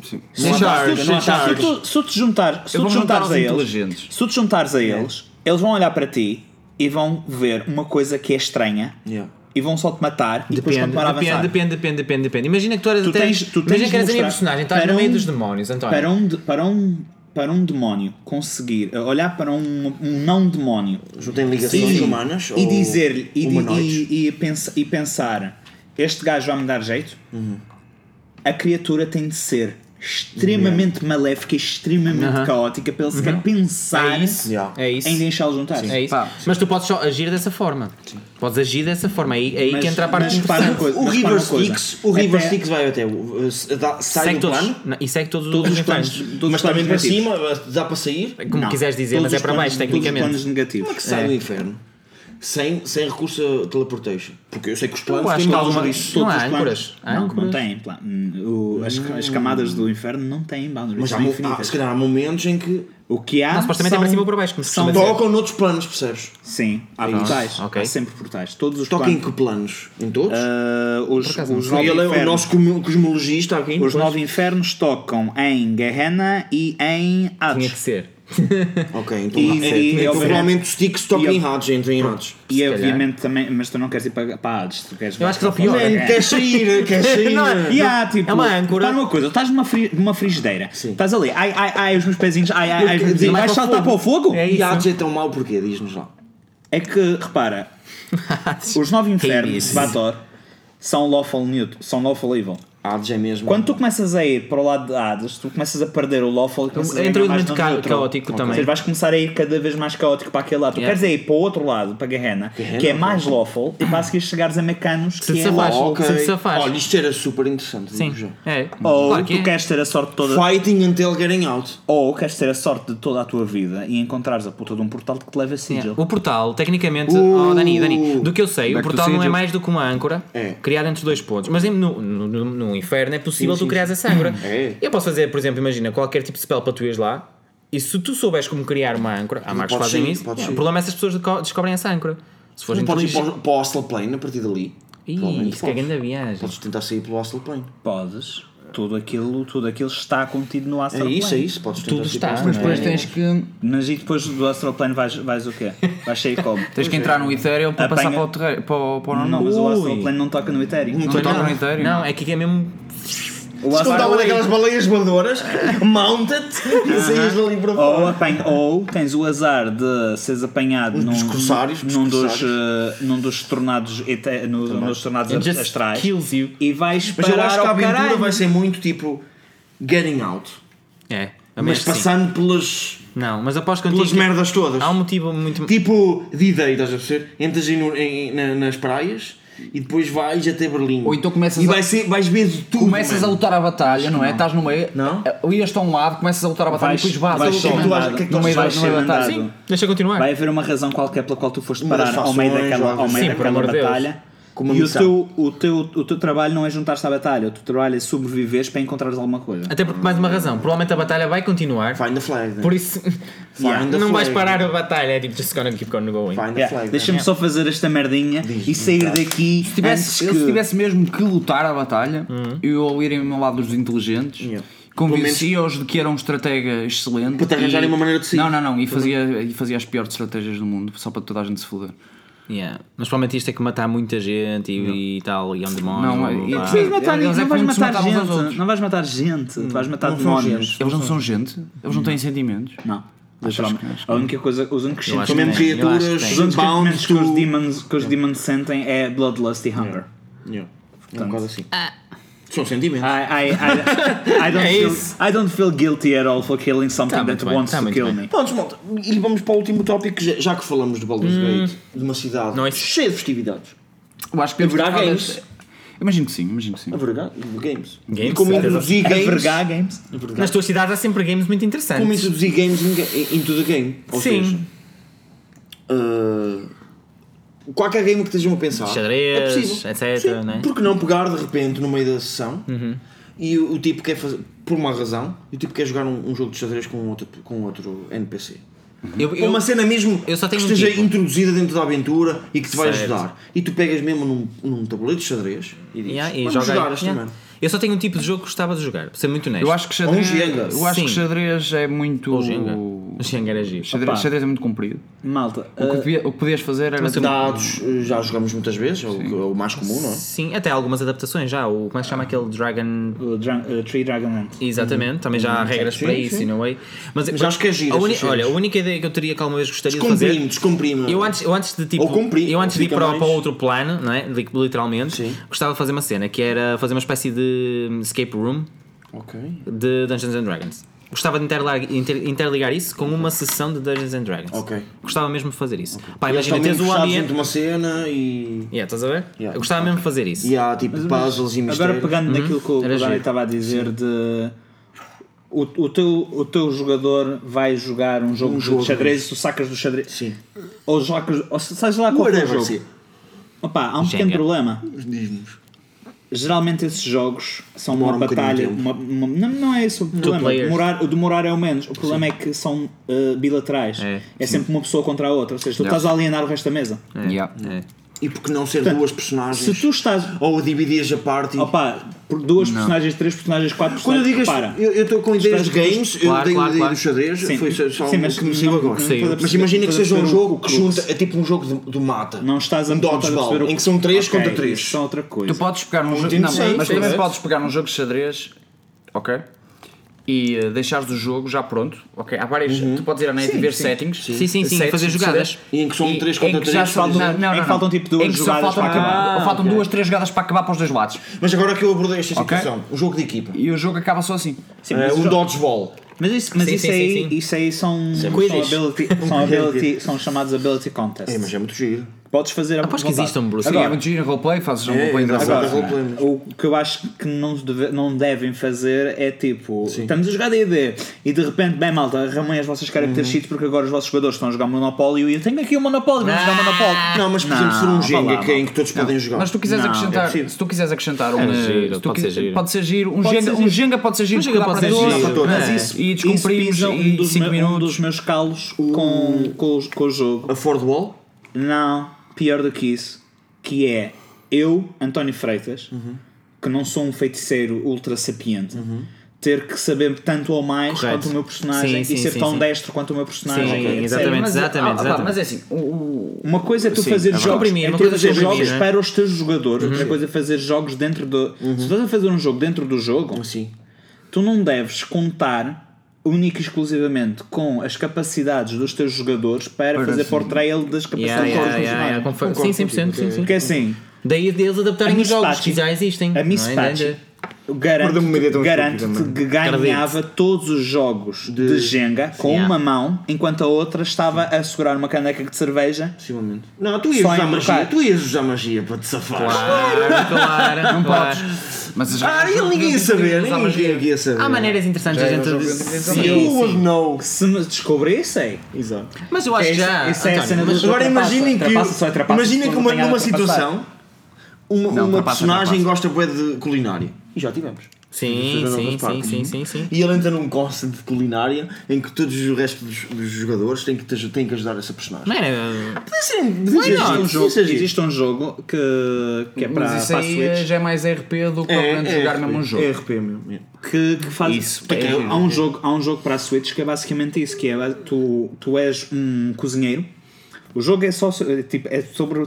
Speaker 3: Se,
Speaker 4: Sem
Speaker 3: tu-
Speaker 4: charge,
Speaker 3: se,
Speaker 4: sem
Speaker 3: tu- se,
Speaker 4: charge.
Speaker 3: tu, se tu te juntar, se
Speaker 5: Eu
Speaker 3: tu
Speaker 5: vou
Speaker 3: te
Speaker 5: juntar
Speaker 3: juntares
Speaker 5: aos
Speaker 3: a eles,
Speaker 5: inteligentes. É.
Speaker 3: se tu te juntares a eles, eles vão olhar para ti e vão ver uma coisa que é estranha
Speaker 2: Yeah.
Speaker 3: e vão só te matar e depois
Speaker 4: Depende,
Speaker 3: continuar a
Speaker 4: depende,
Speaker 3: avançar.
Speaker 4: depende, depende, depende, depende. Imagina que tu eras
Speaker 3: Tu
Speaker 4: até.
Speaker 3: tens- tu tens
Speaker 4: imagina
Speaker 3: de
Speaker 4: que eras a minha
Speaker 3: mostrar-
Speaker 4: personagem, estás
Speaker 3: para
Speaker 4: no meio
Speaker 3: um-
Speaker 4: dos demónios, António.
Speaker 3: Para um, de- para um para um demónio conseguir uh, olhar para um, um não demónio
Speaker 2: Juntem ligações
Speaker 3: e-
Speaker 2: humanas
Speaker 3: e
Speaker 2: ou
Speaker 3: dizer-lhe e, di-
Speaker 2: humanoides?
Speaker 3: e, e pensa- e pensar este gajo vai me dar jeito
Speaker 2: Uhum.
Speaker 3: a criatura tem de ser extremamente
Speaker 2: Uhum.
Speaker 3: maléfica e extremamente caótica para ele sequer pensar
Speaker 4: Uhum. É isso.
Speaker 2: Yeah.
Speaker 4: É isso.
Speaker 3: em deixá-los juntar
Speaker 4: É isso.
Speaker 5: Pá.
Speaker 4: Mas tu podes só agir dessa forma. Podes agir dessa forma. Aí, aí
Speaker 3: Mas-
Speaker 4: que entra a parte
Speaker 3: mas
Speaker 4: interessante.
Speaker 3: repara uma coisa,
Speaker 2: O
Speaker 3: mas
Speaker 2: River
Speaker 3: repara uma coisa.
Speaker 2: Styx, o River
Speaker 3: Até-
Speaker 2: Styx vai até o- eh, se- dá- sai
Speaker 4: Segue
Speaker 2: do
Speaker 4: todos.
Speaker 2: plano,
Speaker 4: Não, E segue todos,
Speaker 3: todos os
Speaker 4: os
Speaker 3: planos
Speaker 4: planos.
Speaker 3: todos
Speaker 2: mas
Speaker 3: os planos
Speaker 2: também para
Speaker 3: negativos.
Speaker 2: cima, dá para sair. Como
Speaker 4: Como
Speaker 3: Não.
Speaker 4: quiseres dizer,
Speaker 3: Todos
Speaker 4: mas é
Speaker 3: os
Speaker 4: para
Speaker 3: planos-
Speaker 4: baixo,
Speaker 3: todos os planos
Speaker 4: tecnicamente.
Speaker 2: é que
Speaker 3: negativos
Speaker 2: sai do inferno? Sem, sem recurso a teleportation. Porque eu sei que os
Speaker 4: Eu
Speaker 2: planos
Speaker 4: acho
Speaker 2: têm
Speaker 4: que
Speaker 2: maus
Speaker 4: alguma-
Speaker 2: juízes.
Speaker 4: Não há
Speaker 3: os
Speaker 4: âncoras. Há
Speaker 3: Não,
Speaker 4: âncoras.
Speaker 3: não têm. plan- o- as, as camadas do inferno não têm boundaries.
Speaker 2: Mas há,
Speaker 3: são
Speaker 2: mo- há,
Speaker 3: infinitas.
Speaker 2: se calhar há momentos em que
Speaker 3: O que há.
Speaker 4: Não, supostamente é
Speaker 3: são-
Speaker 4: para cima ou para baixo, como se
Speaker 3: São
Speaker 4: costuma
Speaker 2: tocam noutros planos, percebes?
Speaker 3: Sim, há
Speaker 2: É isso.
Speaker 3: portais.
Speaker 4: Ok.
Speaker 3: Há sempre portais. Todos os
Speaker 2: Toca em
Speaker 3: planos.
Speaker 2: que planos? Em todos?
Speaker 3: Ah, os,
Speaker 4: acaso não
Speaker 3: os,
Speaker 2: Ele
Speaker 3: nove
Speaker 2: é o
Speaker 3: infernos,
Speaker 2: nosso como- cosmologista aqui.
Speaker 3: os
Speaker 2: pois.
Speaker 3: nove infernos tocam em Gehenna e em
Speaker 4: Tinha
Speaker 3: Hades.
Speaker 4: que ser.
Speaker 2: Ok, então
Speaker 3: E-
Speaker 2: lá-
Speaker 3: e-
Speaker 2: é,
Speaker 3: e-
Speaker 2: então
Speaker 3: e-
Speaker 2: provavelmente os tiques tocam
Speaker 3: e-
Speaker 2: em Hades, entram em Hades.
Speaker 3: E
Speaker 4: calhar.
Speaker 3: obviamente também. Mas tu não queres ir para, para Hades. Tu queres
Speaker 4: Eu acho que é o pior.
Speaker 2: Man, quer sair, quer sair.
Speaker 3: E há, tipo,
Speaker 4: É uma âncora.
Speaker 3: repara uma coisa, estás numa, fri numa frigideira,
Speaker 2: Sim.
Speaker 3: estás ali, ai, ai, ai, os meus pezinhos, ai, ai, ai, os meus
Speaker 2: dizer,
Speaker 3: pezinhos,
Speaker 4: vai
Speaker 3: vais
Speaker 4: para o
Speaker 3: saltar para o fogo?
Speaker 4: É
Speaker 2: E
Speaker 4: isso.
Speaker 2: Hades é tão mau porquê? Diz-nos lá.
Speaker 3: É que, repara, os nove infernos
Speaker 4: disse?
Speaker 3: de Bator são lawful, neut- são lawful evil.
Speaker 2: Hades é mesmo.
Speaker 3: Quando tu começas a ir para o lado de Hades, tu começas a perder o lawful e começas a
Speaker 4: Entra o
Speaker 3: entrar mais
Speaker 4: elemento
Speaker 3: no
Speaker 4: ca-
Speaker 3: neutral.
Speaker 4: caótico
Speaker 3: Ok.
Speaker 4: também.
Speaker 3: Ou seja, vais começar a ir cada vez mais caótico para aquele lado. Tu
Speaker 4: Yeah.
Speaker 3: queres é ir para o outro lado, para Gehenna, que é
Speaker 2: Gehenna,
Speaker 3: mais lawful, e para a seguir chegares a Mecanos,
Speaker 4: Se
Speaker 3: que é
Speaker 4: te
Speaker 3: lawful.
Speaker 4: safares.
Speaker 2: Ok.
Speaker 4: se desafaz.
Speaker 2: Olha, isto era super interessante.
Speaker 4: Sim.
Speaker 2: digo já.
Speaker 4: É.
Speaker 3: Ou
Speaker 4: Claro que
Speaker 3: tu
Speaker 4: é.
Speaker 3: queres ter a sorte toda
Speaker 2: Fighting until getting out.
Speaker 3: ou queres ter a sorte de toda a tua vida e encontrares a puta de um portal que te leva a sigil.
Speaker 4: É. O portal, tecnicamente, oh, Dani,
Speaker 2: Uh,
Speaker 4: Dani, do que eu sei, o
Speaker 5: back to
Speaker 4: portal não é
Speaker 5: sigil.
Speaker 4: mais do que uma âncora
Speaker 2: É.
Speaker 4: criada entre dois pontos. Mas em- no, no, no- no inferno é possível
Speaker 2: Sim,
Speaker 4: tu
Speaker 2: sim,
Speaker 4: criares essa âncora.
Speaker 2: É.
Speaker 4: Eu posso fazer, por exemplo, imagina qualquer tipo de spell para tu ires lá. E se tu souberes como criar uma âncora, há marcos que
Speaker 2: Podes
Speaker 4: fazem
Speaker 2: sim,
Speaker 4: isso.
Speaker 2: podes
Speaker 4: é,
Speaker 2: sim.
Speaker 4: o problema é se as pessoas deco- descobrem essa âncora. Se forem
Speaker 2: Não podes ir
Speaker 4: inteligentes.
Speaker 2: para o- para o Hostile Plane a partir dali.
Speaker 4: Ih,
Speaker 2: Provavelmente
Speaker 4: isso que é
Speaker 2: podes.
Speaker 4: grande viagem.
Speaker 2: Podes tentar sair pelo Hostel Plane.
Speaker 3: Podes. Tudo aquilo, tudo aquilo está contido no
Speaker 2: É
Speaker 3: Astral
Speaker 2: isso, é
Speaker 3: Plane.
Speaker 2: isso. Podes tentar
Speaker 4: Tudo
Speaker 2: sair
Speaker 4: está,
Speaker 2: pelo
Speaker 4: não
Speaker 5: Mas
Speaker 2: Hostel
Speaker 5: depois
Speaker 2: Plane.
Speaker 5: tens que,
Speaker 3: Mas e depois do Astral Plane vais, vais o quê? Vais sair como?
Speaker 5: tens que entrar no Ethereum para passar
Speaker 3: Apanha-
Speaker 5: para o terreiro. Para, o- para o
Speaker 3: Não,
Speaker 5: normal.
Speaker 3: mas o
Speaker 4: Ui.
Speaker 3: Astral Plane não toca no Ethereum.
Speaker 5: Não
Speaker 2: Não
Speaker 5: toca
Speaker 2: toca.
Speaker 5: no Ethereum.
Speaker 4: Não, é que é mesmo.
Speaker 3: O
Speaker 2: Então, Se
Speaker 3: Astral
Speaker 2: não daquelas baleias voadoras, mounted, e saías dali para
Speaker 3: Ou,
Speaker 2: fora.
Speaker 3: apanha, ou tens o azar de seres apanhado
Speaker 2: Os
Speaker 3: num,
Speaker 2: discursários,
Speaker 3: num, dos,
Speaker 2: discursários.
Speaker 3: eh, num dos tornados, ete- no, num dos tornados
Speaker 4: It just
Speaker 3: astrais
Speaker 4: kills you.
Speaker 3: e vais
Speaker 2: Mas eu
Speaker 3: parar
Speaker 2: acho que a
Speaker 3: ao
Speaker 2: aventura
Speaker 3: caralho.
Speaker 2: vai ser muito tipo getting out.
Speaker 4: É,
Speaker 2: Mas
Speaker 4: mas sim.
Speaker 2: passando pelas,
Speaker 4: Não, mas aposto que
Speaker 2: pelas
Speaker 4: contigo
Speaker 2: merdas todas.
Speaker 4: há um motivo muito.
Speaker 2: Tipo D-Day, estás a perceber? Entras aí no- em- na- nas praias e depois vais até Berlim.
Speaker 5: Ou então começas
Speaker 2: e
Speaker 5: a-
Speaker 2: vai ser, vais ver de tudo.
Speaker 5: Começas a
Speaker 2: mano.
Speaker 5: lutar a batalha, não é? Estás no meio,
Speaker 2: Não?
Speaker 5: ias-te a um lado, começas a lutar a batalha
Speaker 3: Vais-
Speaker 5: e depois vas
Speaker 3: vais
Speaker 5: ao
Speaker 3: só
Speaker 5: outro
Speaker 2: andar.
Speaker 5: lado,
Speaker 2: O que é que tu
Speaker 5: no meio
Speaker 2: achas
Speaker 5: da-
Speaker 3: que
Speaker 5: no
Speaker 3: vai
Speaker 5: meio da
Speaker 3: ser
Speaker 5: batalha.
Speaker 3: andado?
Speaker 4: Sim, deixa continuar.
Speaker 3: Vai haver uma razão qualquer pela qual tu foste
Speaker 2: Uma
Speaker 3: parar
Speaker 2: das
Speaker 3: ao meio
Speaker 2: fações,
Speaker 3: daquela,
Speaker 2: ou
Speaker 3: ao meio
Speaker 4: algo assim.
Speaker 3: daquela
Speaker 4: Sim, por amor de
Speaker 3: batalha.
Speaker 2: Com uma
Speaker 3: e o
Speaker 2: missão.
Speaker 3: teu, o, teu, o teu trabalho não é juntar-te à batalha, o teu trabalho é sobreviveres para encontrares alguma coisa.
Speaker 4: Até porque, mais uma razão, provavelmente a batalha vai continuar.
Speaker 2: Find the flag. né?
Speaker 4: Por isso,
Speaker 2: Find the
Speaker 4: não vais
Speaker 2: flag.
Speaker 4: parar a batalha, é tipo, just gonna keep on going.
Speaker 2: Find the
Speaker 3: Yeah.
Speaker 2: flag.
Speaker 3: Deixa-me só fazer esta merdinha
Speaker 2: tá.
Speaker 3: e sair daqui.
Speaker 5: Se tivesse,
Speaker 3: antes
Speaker 5: eu,
Speaker 3: que...
Speaker 5: se tivesse mesmo que lutar a batalha, eu ao irem ao lado dos inteligentes,
Speaker 2: Hum. Yeah.
Speaker 5: convencia-os de que era um estratega excelente.
Speaker 2: Para te arranjarem
Speaker 5: e-
Speaker 2: uma maneira de sair. Uhum.
Speaker 5: Não, não, não. E fazia, e fazia as piores estratégias do mundo, só para toda a gente se foder.
Speaker 4: Yeah. Mas provavelmente isto é que matar muita gente e, e tal, e é um demónio.
Speaker 5: Não,
Speaker 4: blá,
Speaker 5: é-
Speaker 4: blá, blá.
Speaker 5: é-
Speaker 3: Não vais matar,
Speaker 5: Eles é
Speaker 3: não
Speaker 5: que
Speaker 3: vais
Speaker 5: vão nos
Speaker 3: matar
Speaker 5: matar uns aos
Speaker 3: gente.
Speaker 5: outros.
Speaker 3: Não vais matar gente. Tu vais matar
Speaker 2: Hum, não são
Speaker 3: demónios.
Speaker 2: gente.
Speaker 5: Eles não são gente? Eles
Speaker 2: Uhum.
Speaker 5: não têm sentimentos?
Speaker 3: Não. A única coisa, os únicos
Speaker 4: Eu acho
Speaker 2: São
Speaker 3: sentimentos
Speaker 2: mesmo
Speaker 4: que tem, eu acho que
Speaker 2: criaturas
Speaker 4: tem.
Speaker 3: os únicos
Speaker 2: bound
Speaker 3: sentimentos que os
Speaker 2: to...
Speaker 3: demons, que os demons sentem é bloodlust e hunger.
Speaker 2: Yeah. É um bocado assim. São sentimentos.
Speaker 4: Ah,
Speaker 3: I, I, I, I, don't
Speaker 4: É
Speaker 3: feel,
Speaker 4: isso.
Speaker 3: I don't feel guilty at all for killing something
Speaker 4: Tá muito
Speaker 3: that
Speaker 4: bem,
Speaker 3: wants
Speaker 4: tá
Speaker 3: to
Speaker 4: muito
Speaker 3: kill
Speaker 4: bem.
Speaker 3: me.
Speaker 2: Prontos, malta. E vamos para o último tópico, já, já que falamos de Baldur's
Speaker 4: Hum.
Speaker 2: Gate, de uma cidade
Speaker 4: Nice.
Speaker 2: cheia de festividades.
Speaker 5: Eu acho que devemos
Speaker 2: Haverá
Speaker 5: tratar
Speaker 2: games?
Speaker 5: deste- Imagino que sim, imagino que sim.
Speaker 2: A verdade, de games.
Speaker 4: Games,
Speaker 2: e como
Speaker 4: certeza.
Speaker 2: introduzir games...
Speaker 3: Vergar games.
Speaker 2: É verdade.
Speaker 4: Nas tuas cidades há sempre games muito interessantes.
Speaker 2: Como introduzir games in- into the game. Ou
Speaker 4: Sim.
Speaker 2: seja, uh, qualquer game que estejam a pensar.
Speaker 4: Xadrez,
Speaker 2: é possível.
Speaker 4: etc, Uhum.
Speaker 2: Sim,
Speaker 4: não é?
Speaker 2: Porque não pegar de repente no meio da sessão e o, o tipo quer fazer, por uma razão, e o tipo quer jogar um, um jogo de xadrez com outro, com outro NPC.
Speaker 4: Eu-
Speaker 2: Ou
Speaker 4: eu-
Speaker 2: uma cena mesmo
Speaker 4: eu só tenho
Speaker 2: que esteja
Speaker 4: um tipo.
Speaker 2: introduzida dentro da aventura e que te vai
Speaker 4: Certo.
Speaker 2: ajudar. E tu pegas mesmo num, num tabuleiro de xadrez e dizes:
Speaker 4: Yeah, e
Speaker 2: Vamos
Speaker 4: joga-
Speaker 2: jogar esta
Speaker 4: yeah.
Speaker 2: merda."
Speaker 4: Eu só tenho um tipo de jogo que gostava de jogar, para ser muito honesto.
Speaker 5: Eu acho que
Speaker 2: Ou um
Speaker 5: xadrez,
Speaker 2: Jenga.
Speaker 5: eu acho que
Speaker 4: Sim.
Speaker 5: xadrez é muito.
Speaker 4: Ou Jenga. O Xenga era giro.
Speaker 5: Xadrez,
Speaker 3: Opa.
Speaker 5: xadrez é muito comprido.
Speaker 3: Malta,
Speaker 5: O que
Speaker 3: uh,
Speaker 5: devia- o que podias fazer era. tipo,
Speaker 2: Dados, eh, já jogamos muitas vezes, é o, é o mais comum, não é?
Speaker 4: Sim, até algumas adaptações já. O, como é que se chama aquele Dragon.
Speaker 3: o Dra- uh, Three Dragon Land.
Speaker 4: Exatamente, também já há regras para
Speaker 2: Uhum. Sim,
Speaker 4: isso,
Speaker 2: sim.
Speaker 4: in a way. Mas,
Speaker 2: Mas acho que é giro
Speaker 4: a uni-
Speaker 2: essas
Speaker 4: Olha, a
Speaker 2: cenas.
Speaker 4: única ideia que eu teria que alguma vez gostaria de
Speaker 2: Descomprime,
Speaker 4: fazer.
Speaker 2: descomprime.
Speaker 4: Eu antes, eu antes de tipo.
Speaker 2: Ou cumprir,
Speaker 4: eu antes de ir
Speaker 2: fica
Speaker 4: para,
Speaker 2: mais-
Speaker 4: para outro plano, não é? Li- Literalmente,
Speaker 2: Sim.
Speaker 4: gostava de fazer uma cena que era fazer uma espécie de hum, escape room
Speaker 2: Ok.
Speaker 3: Ah,
Speaker 4: de Dungeons and Dragons. Gostava de interlar- inter- interligar isso com uma sessão de Dungeons and Dragons.
Speaker 2: Ok.
Speaker 4: Gostava mesmo de fazer isso. Pá,
Speaker 2: Eles
Speaker 3: um
Speaker 4: imagina,
Speaker 2: estão
Speaker 4: tens
Speaker 2: mesmo
Speaker 4: o
Speaker 2: fechados dentro
Speaker 4: ambiente.
Speaker 2: de uma cena e.
Speaker 4: Yeah, estás a ver?
Speaker 2: Yeah.
Speaker 4: Eu gostava mesmo de fazer isso.
Speaker 2: E há tipo puzzles e mistérios.
Speaker 3: Agora pegando naquilo que o
Speaker 4: Uhum. era
Speaker 3: Dani
Speaker 4: giro.
Speaker 3: estava a dizer de o, o, teu, o teu jogador vai jogar um jogo,
Speaker 2: Um jogo.
Speaker 3: de xadrez e tu sacas do xadrez.
Speaker 2: Sim.
Speaker 3: Ou jogos, ou se- sabes lá qual foi o
Speaker 2: Whatever,
Speaker 3: jogo.
Speaker 2: sim.
Speaker 3: Opa, há um pequeno
Speaker 4: Jenga.
Speaker 3: problema.
Speaker 2: Diz-nos.
Speaker 3: Geralmente esses jogos são
Speaker 2: Demora um
Speaker 3: uma
Speaker 2: bocadinho de
Speaker 3: batalha.
Speaker 2: tempo.
Speaker 3: uma- uma- não, não é esse o problema.
Speaker 4: players.
Speaker 3: Demorar, o demorar é o menos. O problema é que são eh, bilaterais.
Speaker 4: É,
Speaker 3: É, sempre uma pessoa contra a outra. Ou seja, tu estás a alienar o resto da mesa.
Speaker 5: Yeah.
Speaker 4: É.
Speaker 2: E porque não ser duas personagens?
Speaker 3: Se tu estás.
Speaker 2: Ou dividias a parte. e-
Speaker 3: Opa, por duas personagens, três personagens, quatro
Speaker 2: Quando eu
Speaker 3: personagens.
Speaker 2: digo isto,
Speaker 3: repara.
Speaker 2: eu eu estou com ideias de
Speaker 3: Estás-
Speaker 2: games, eu
Speaker 4: Claro,
Speaker 2: dei uma
Speaker 4: claro,
Speaker 2: ideia
Speaker 4: claro.
Speaker 2: do xadrez,
Speaker 3: Sim.
Speaker 2: foi só- só
Speaker 3: Sim, mas
Speaker 2: o que me
Speaker 3: não-
Speaker 2: saiu
Speaker 3: não-
Speaker 2: agora.
Speaker 3: não
Speaker 4: Sim.
Speaker 3: estás a
Speaker 2: Mas
Speaker 3: perceber-
Speaker 2: imagina que
Speaker 3: estás a
Speaker 2: seja um
Speaker 3: perceber o
Speaker 2: jogo que
Speaker 3: crux.
Speaker 2: junta, é tipo um jogo de, de mata.
Speaker 3: Não estás a
Speaker 2: um
Speaker 3: não estás a perceber
Speaker 2: dodgeball,
Speaker 3: o
Speaker 2: em que são três
Speaker 3: Ok,
Speaker 2: contra três.
Speaker 3: Isso é outra coisa.
Speaker 5: Tu podes pegar num jogo.
Speaker 2: Muito
Speaker 5: Não,
Speaker 2: interessante,
Speaker 5: mas
Speaker 2: sim,
Speaker 5: também
Speaker 2: sim.
Speaker 5: podes pegar num jogo de xadrez, ok? E eh, deixares o jogo já pronto, ok? Há várias. Tu podes ir à net e ver settings.
Speaker 4: Sim, sim, sim,
Speaker 5: sets,
Speaker 4: fazer
Speaker 5: de
Speaker 4: jogadas.
Speaker 5: xadrez,
Speaker 2: E em que são
Speaker 5: e
Speaker 2: três
Speaker 5: em
Speaker 2: contra
Speaker 5: que
Speaker 2: três,
Speaker 5: já só-
Speaker 2: fazes-
Speaker 5: Não, não,
Speaker 3: em que
Speaker 5: não,
Speaker 3: faltam, tipo, duas
Speaker 5: Em que só
Speaker 3: jogadas
Speaker 5: faltam
Speaker 3: para acabar.
Speaker 5: ou faltam duas, três jogadas para acabar para os dois lados.
Speaker 2: Mas agora que eu abordei esta
Speaker 5: Ok.
Speaker 2: situação, um jogo de equipa.
Speaker 5: E o jogo acaba só assim.
Speaker 3: Sim,
Speaker 2: É
Speaker 3: mas
Speaker 2: um
Speaker 3: isso-
Speaker 2: dodgeball.
Speaker 3: Mas isso, mas
Speaker 4: Sim,
Speaker 3: isso
Speaker 4: sim,
Speaker 3: aí,
Speaker 4: sim, é sim.
Speaker 3: isso aí são, são,
Speaker 4: Quidditch.
Speaker 3: ability, são,
Speaker 2: Quidditch.
Speaker 3: ability, são chamados ability contests.
Speaker 2: É, mas é muito giro.
Speaker 3: Podes fazer a
Speaker 4: Aposto que
Speaker 3: vontade.
Speaker 4: existam, Bruce.
Speaker 5: Sim, é
Speaker 3: Agora,
Speaker 5: muito giro, roleplay, fazes um
Speaker 2: É,
Speaker 5: roleplay
Speaker 2: é engraçado.
Speaker 5: engraçado.
Speaker 2: Agora, roleplay.
Speaker 3: o que eu acho que não, se deve- não devem fazer é tipo: estamos a jogar DD e de repente, bem malta, arramem as vossas características porque agora os vossos jogadores estão a jogar Monopólio e eu tenho aqui o Monopólio, vamos jogar Monopólio.
Speaker 2: Não, mas por exemplo, se for
Speaker 3: Não,
Speaker 2: um
Speaker 3: Ah, vá lá,
Speaker 2: Jenga que-
Speaker 3: não.
Speaker 2: em que todos podem jogar.
Speaker 5: Mas se tu quiseres
Speaker 3: Não,
Speaker 5: acrescentar,
Speaker 2: é possível.
Speaker 5: se tu quiseres acrescentar um,
Speaker 4: É
Speaker 5: eh,
Speaker 4: giro,
Speaker 5: se tu
Speaker 4: pode ser
Speaker 5: quise-
Speaker 4: giro.
Speaker 5: pode ser giro, um Jenga, um Jenga pode ser giro,
Speaker 4: Um Jenga
Speaker 5: dá
Speaker 4: pode
Speaker 5: para
Speaker 4: ser
Speaker 5: dois,
Speaker 4: giro,
Speaker 5: dá para
Speaker 2: mas
Speaker 5: dois,
Speaker 4: isso-
Speaker 5: e
Speaker 3: Isso
Speaker 5: descumprimos
Speaker 3: pisa um
Speaker 5: em
Speaker 3: dos,
Speaker 5: 5
Speaker 3: me- um
Speaker 5: minutos.
Speaker 3: dos meus calos com, com, o- com o jogo.
Speaker 2: A Ford Wall?
Speaker 3: Não, pior do que isso, que é eu, António Freitas,
Speaker 4: Uhum.
Speaker 3: que não sou um feiticeiro ultra sapiente, ter que saber tanto ou mais
Speaker 4: Correto.
Speaker 3: quanto o meu
Speaker 4: Sim,
Speaker 3: personagem
Speaker 4: sim,
Speaker 3: e ser
Speaker 4: sim,
Speaker 3: tão
Speaker 4: sim.
Speaker 3: destro quanto o meu personagem.
Speaker 4: Sim,
Speaker 3: etc.
Speaker 4: exatamente.
Speaker 5: Mas,
Speaker 4: exatamente,
Speaker 5: ah, pá,
Speaker 4: exatamente.
Speaker 5: mas é assim, o- o-
Speaker 3: Uma coisa é tu
Speaker 5: Sim,
Speaker 3: fazer
Speaker 5: é
Speaker 3: jogos,
Speaker 4: comprimir,
Speaker 3: é
Speaker 4: uma
Speaker 3: tu
Speaker 4: coisa é
Speaker 3: fazer
Speaker 4: comprimir,
Speaker 3: jogos
Speaker 4: né? Uhum.
Speaker 3: para os teus jogadores, outra coisa é fazer jogos dentro do. Se estás a fazer um jogo dentro do
Speaker 4: Uhum.
Speaker 3: jogo,
Speaker 2: Sim.
Speaker 3: tu não deves contar única e exclusivamente com as capacidades dos teus jogadores para fazer portrayal das
Speaker 4: é, Yeah,
Speaker 3: capacidades
Speaker 4: yeah, yeah,
Speaker 3: dos
Speaker 4: yeah,
Speaker 3: personagens.
Speaker 4: confer- Sim, 100%. Sim, sim.
Speaker 3: Porque assim,
Speaker 4: Daí deles
Speaker 3: A
Speaker 4: adaptarem
Speaker 3: Miss
Speaker 4: os jogos
Speaker 3: Patchy-
Speaker 4: que já existem.
Speaker 3: a Miss
Speaker 4: não é?
Speaker 3: Patch
Speaker 2: Guarda-me uma ideia
Speaker 3: garanto
Speaker 2: tão
Speaker 3: garanto
Speaker 2: estúpida,
Speaker 3: que ganhava todos os jogos de, Jenga com
Speaker 4: Yeah.
Speaker 3: uma mão, enquanto a outra estava a segurar uma caneca de cerveja.
Speaker 2: Possivelmente. Não, tu ias
Speaker 3: Só em
Speaker 2: usar magia.
Speaker 3: trocar.
Speaker 2: Tu ias usar magia para te safar.
Speaker 4: Claro, claro. Não podes.
Speaker 5: mas as
Speaker 2: Ah,
Speaker 5: regras
Speaker 2: ele
Speaker 5: não-
Speaker 2: ninguém
Speaker 5: não-
Speaker 2: ia saber.
Speaker 5: não-
Speaker 2: Ninguém ia- ia saber.
Speaker 4: Há maneiras interessantes da
Speaker 5: Já era
Speaker 4: gente.
Speaker 5: jogo de
Speaker 4: Sim,
Speaker 2: Who would
Speaker 4: sim.
Speaker 2: know?
Speaker 3: Se me descobrissem,
Speaker 2: Exato.
Speaker 4: Mas eu acho que
Speaker 3: Esse-
Speaker 4: já.
Speaker 3: esse é a
Speaker 4: António,
Speaker 3: cena
Speaker 4: mas-
Speaker 3: dos-
Speaker 2: Agora
Speaker 3: Ultrapassa,
Speaker 2: imaginem que.
Speaker 3: ultrapassa, só ultrapassa,
Speaker 2: Imaginem
Speaker 3: se
Speaker 2: que
Speaker 3: não
Speaker 2: uma-
Speaker 3: tem a
Speaker 2: numa
Speaker 3: ultrapassar.
Speaker 2: situação uma, uma
Speaker 5: ultrapassa,
Speaker 2: personagem
Speaker 5: ultrapassa.
Speaker 2: gosta bué de culinária. E já tivemos.
Speaker 4: Sim,
Speaker 2: Fazer
Speaker 4: sim,
Speaker 2: novas
Speaker 4: sim,
Speaker 2: partes.
Speaker 4: sim, sim, sim.
Speaker 2: E ele entra num cosse de culinária em que todos os restos dos, dos jogadores têm que, te- têm que ajudar essa personagem.
Speaker 4: Não era.
Speaker 2: Podia ser-
Speaker 4: é Why
Speaker 2: podia ser-
Speaker 4: not?
Speaker 3: existe um
Speaker 2: podia
Speaker 3: jogo,
Speaker 2: ser giro.
Speaker 3: existe um jogo que, que é para,
Speaker 5: Mas isso
Speaker 3: para a
Speaker 5: aí eh,
Speaker 3: Switch.
Speaker 5: já é mais RP do que propriamente jogar mesmo um jogo.
Speaker 2: É RP mesmo. é.
Speaker 3: que, que faz
Speaker 5: Isso,
Speaker 3: que é-
Speaker 5: é
Speaker 3: há, um jogo, há um jogo para a Switch que é basicamente isso que é tu, tu és um cozinheiro o jogo é só so- é, tipo, é sobre um,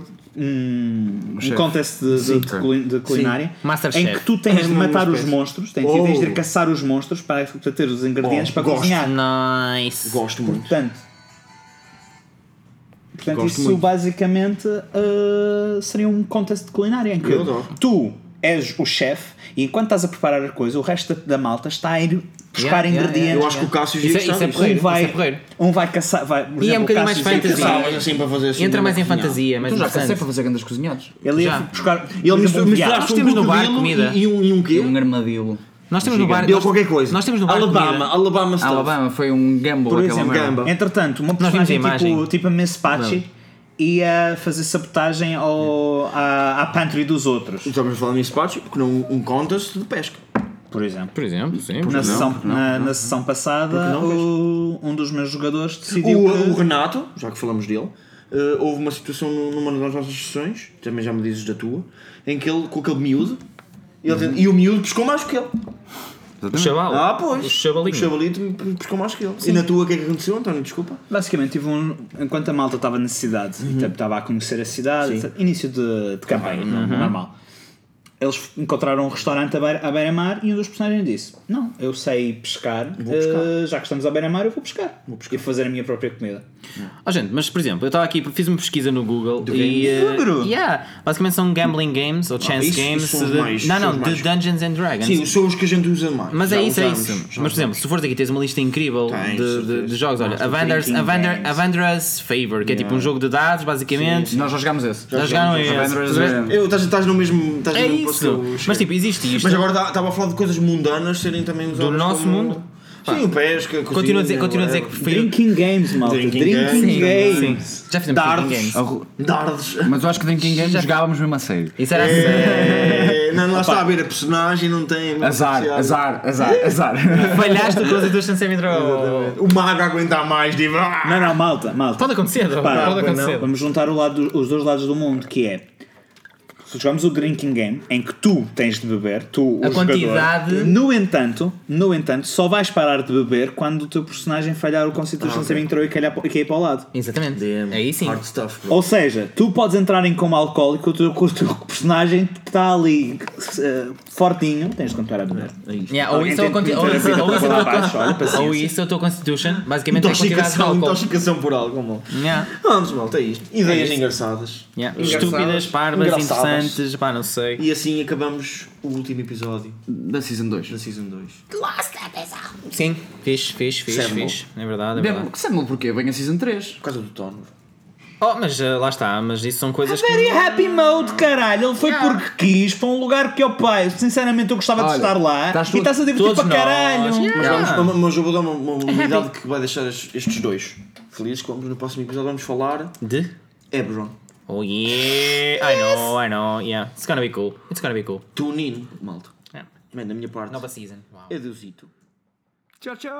Speaker 3: um
Speaker 5: chefe.
Speaker 3: contest de, de, de culin- de culinária
Speaker 4: Master
Speaker 3: em
Speaker 4: Chef.
Speaker 3: que tu tens de
Speaker 2: É uma
Speaker 3: matar os
Speaker 2: espécie.
Speaker 3: monstros tens, e tens de
Speaker 2: Oh.
Speaker 3: ir caçar os monstros para, para ter os ingredientes
Speaker 2: Oh,
Speaker 3: para
Speaker 2: gosto.
Speaker 3: cozinhar
Speaker 4: Nice.
Speaker 2: Gosto muito.
Speaker 3: portanto Portanto,
Speaker 2: Gosto
Speaker 3: isso
Speaker 2: muito.
Speaker 3: basicamente ah, seria um contest de culinária em que
Speaker 2: Eu adoro.
Speaker 3: tu és o chefe e enquanto estás a preparar a coisa, o resto da, da malta está a ir buscar
Speaker 4: Yeah, yeah,
Speaker 3: ingredientes.
Speaker 2: Eu acho que o Cássio
Speaker 4: Isso
Speaker 2: ia
Speaker 4: é-
Speaker 2: gostar
Speaker 4: isso é
Speaker 2: disso.
Speaker 4: porreiro.
Speaker 3: um vai,
Speaker 4: isso é porreiro.
Speaker 3: um vai caçar, vai,
Speaker 4: E
Speaker 3: por
Speaker 4: é um
Speaker 3: exemplo, o
Speaker 4: bocadinho mais
Speaker 3: Cássio
Speaker 2: Tem que
Speaker 4: fantasia.
Speaker 2: usar, mas assim, para fazer assim,
Speaker 4: Entra
Speaker 2: uma
Speaker 4: mais em
Speaker 2: cozinhada.
Speaker 4: fantasia, mais
Speaker 5: Tu já consegues
Speaker 4: interessante.
Speaker 5: para fazer grandes cozinhados.
Speaker 3: Ele ia
Speaker 4: Já.
Speaker 3: buscar,
Speaker 2: Ele
Speaker 3: por exemplo,
Speaker 2: mistu-
Speaker 3: um viado.
Speaker 2: misturaste
Speaker 4: Nós temos
Speaker 2: um
Speaker 4: no bar
Speaker 2: bocadinho
Speaker 4: comida.
Speaker 2: E um, e um quê?
Speaker 5: E um armadilho.
Speaker 4: Nós temos no bar.
Speaker 2: Deu qualquer coisa.
Speaker 4: Nós temos no bar
Speaker 2: Alabama,
Speaker 4: comida.
Speaker 2: Alabama stuff.
Speaker 5: Alabama foi um gamble
Speaker 2: Por
Speaker 5: aquela
Speaker 2: exemplo,
Speaker 5: merda.
Speaker 2: gamba.
Speaker 3: Entretanto, uma
Speaker 4: Nós vimos a
Speaker 3: personagem tipo,
Speaker 4: imagem.
Speaker 3: tipo a Miss Patchy ia fazer sabotagem ao, à, à pantry dos outros,
Speaker 2: Estamos a falar nisso, Pachi, porque não um contest de pesca.
Speaker 3: por exemplo.
Speaker 4: Por exemplo, sim.
Speaker 3: Na,
Speaker 5: não?
Speaker 3: sessão,
Speaker 5: Porque não?
Speaker 3: na, na sessão passada,
Speaker 2: Porque não, pois.
Speaker 3: o- um dos meus jogadores
Speaker 2: O,
Speaker 3: decidiu que-
Speaker 2: o Renato, já que falamos dele, eh, houve uma situação nu- numa das nossas sessões, também já me dizes da tua, em que ele, com aquele miúdo, ele tem- e o miúdo pescou mais que ele.
Speaker 4: O chaval.
Speaker 2: Ah, pois.
Speaker 4: O chavalinho.
Speaker 2: O chavalito pescou mais que ele. E na tua, o que é que aconteceu, António? Desculpa.
Speaker 3: Basicamente, tive um, enquanto a malta estava na cidade, e tipo, estava a conhecer a cidade, etc. início de, de campanha, normal. Eles encontraram um restaurante à beira- à beira-mar e um dos personagens disse: Não, eu sei pescar, eh, já que estamos à beira-mar, eu vou pescar, e fazer a minha própria comida.
Speaker 4: Oh, gente, mas por exemplo, eu estava aqui, fiz uma pesquisa no Google e. eh,
Speaker 2: Juro?
Speaker 4: yeah, basicamente são gambling games ou chance
Speaker 2: Ah, isso-
Speaker 4: games.
Speaker 2: isso são os
Speaker 4: de-
Speaker 2: mais-
Speaker 4: não,
Speaker 2: são
Speaker 4: não,
Speaker 2: os
Speaker 4: de
Speaker 2: mais.
Speaker 4: Dungeons and Dragons.
Speaker 2: Sim, os shows que a gente usa mais.
Speaker 4: um. Mas
Speaker 2: Já
Speaker 4: é isso, é
Speaker 2: usamos,
Speaker 4: isso.
Speaker 2: já
Speaker 4: Mas, por exemplo, se fores aqui, tens uma lista incrível
Speaker 2: Tens,
Speaker 4: de, de,
Speaker 2: certeza.
Speaker 4: de jogos. Olha,
Speaker 3: Master
Speaker 4: Avander's,
Speaker 3: Drinking
Speaker 4: Avander,
Speaker 3: Games.
Speaker 4: Avander's Favor, que é tipo um jogo de dados, basicamente.
Speaker 5: Nós já jogámos esse.
Speaker 4: Já jogaram
Speaker 5: jogámos.
Speaker 4: esse.
Speaker 5: Avengers,
Speaker 2: Eu, estás, estás no mesmo. Estás
Speaker 4: É
Speaker 2: no mesmo posto
Speaker 4: isso.
Speaker 2: que eu cheguei.
Speaker 4: Mas tipo, existe isto.
Speaker 2: Mas agora tá- estava a falar de coisas mundanas serem também usadas.
Speaker 4: nosso
Speaker 2: como-
Speaker 4: mundo?
Speaker 2: Sim, o pesca, cozinha,
Speaker 4: Continuo a dizer, continuo a dizer que
Speaker 2: whatever.
Speaker 4: prefiro.
Speaker 3: Drinking games, malta,
Speaker 2: Drinking
Speaker 3: drinking,
Speaker 2: games.
Speaker 3: games.
Speaker 4: Sim, sim. Já fizemos
Speaker 2: Dardos.
Speaker 4: drinking games.
Speaker 5: A ru-
Speaker 2: Dardos.
Speaker 5: Mas eu acho que Drinking Games jogávamos mesmo a sério.
Speaker 4: Isso era
Speaker 2: É, não, lá está a ver a personagem, não tem. não
Speaker 5: Azar,
Speaker 2: tem
Speaker 5: azar, azar, azar.
Speaker 4: Falhaste com as duas chances entre o.
Speaker 2: O mago aguentar mais, tipo. ah!
Speaker 3: Não, não, malta, malta.
Speaker 4: Pode acontecer,
Speaker 3: Pá,
Speaker 4: pode acontecer.
Speaker 3: Vamos juntar o lado do- os dois lados do mundo, que é se jogamos o drinking game em que tu tens de beber, tu o
Speaker 4: A quantidade-
Speaker 3: jogador, no entanto, no entanto, só vais parar de beber quando o teu personagem falhar o conceito
Speaker 4: Ah,
Speaker 3: de lançamento e calhar e cair para o lado.
Speaker 4: Exatamente.
Speaker 2: Damn,
Speaker 4: Aí sim.
Speaker 2: Hard stuff, bro.
Speaker 3: Ou seja, tu podes entrar em coma alcoólico o teu, com o teu personagem que está ali eh, fortinho, tens de continuar a beber.
Speaker 2: É
Speaker 4: Yeah, ou
Speaker 3: Alguém
Speaker 4: isso ou,
Speaker 3: tem
Speaker 4: conti-
Speaker 3: que
Speaker 4: ou,
Speaker 3: meter a
Speaker 4: isso,
Speaker 3: vida
Speaker 4: ou, isso,
Speaker 3: para
Speaker 4: ou,
Speaker 3: lá abaixo, olha,
Speaker 4: isso,
Speaker 3: paciência.
Speaker 4: ou isso ou teu Constitution, basicamente é a quantidade de
Speaker 2: Intoxicação,
Speaker 4: álcool.
Speaker 2: intoxicação por algo, mal.
Speaker 4: Yeah,
Speaker 2: Vamos, malta, é isto. Ideias
Speaker 4: isto.
Speaker 2: engraçadas.
Speaker 4: yeah.
Speaker 5: Engraçadas.
Speaker 4: Estúpidas, parvas,
Speaker 2: Engraçadas.
Speaker 4: interessantes, pá, não sei.
Speaker 2: E assim acabamos o último episódio
Speaker 5: Da Season 2.
Speaker 2: da Season 2.
Speaker 4: Sim, fixe, fixe, fixe,
Speaker 2: Serve-me.
Speaker 4: fixe. É verdade, é verdade.
Speaker 5: Deve- Sabe-me porquê? Vem a Season 3.
Speaker 2: Por causa do Tono.
Speaker 4: Oh, mas eh, lá está, mas isso são coisas
Speaker 3: Very
Speaker 4: que.
Speaker 3: happy mode, caralho. Ele foi porque quis para um lugar que, opa, eu, sinceramente eu gostava
Speaker 5: Olha,
Speaker 3: de estar lá
Speaker 5: estás
Speaker 3: e
Speaker 5: tu-
Speaker 3: estás a divertir
Speaker 4: todos
Speaker 3: para
Speaker 4: nós.
Speaker 3: tipo caralho.
Speaker 4: Yeah.
Speaker 2: Mas,
Speaker 5: Ah.
Speaker 2: vamos, mas eu vou dar uma, uma
Speaker 4: É
Speaker 2: unidade que vai deixar es- estes dois felizes. que Vamos, no próximo episódio vamos falar
Speaker 4: De?
Speaker 2: Ebron.
Speaker 4: Oh yeah, I know, I know, yeah. It's gonna be cool, it's gonna be cool.
Speaker 2: Tune in, malta.
Speaker 4: Yeah.
Speaker 2: Man, da minha parte. é
Speaker 4: Nova season, wow.
Speaker 2: Adeusito.
Speaker 5: Tchau, tchau.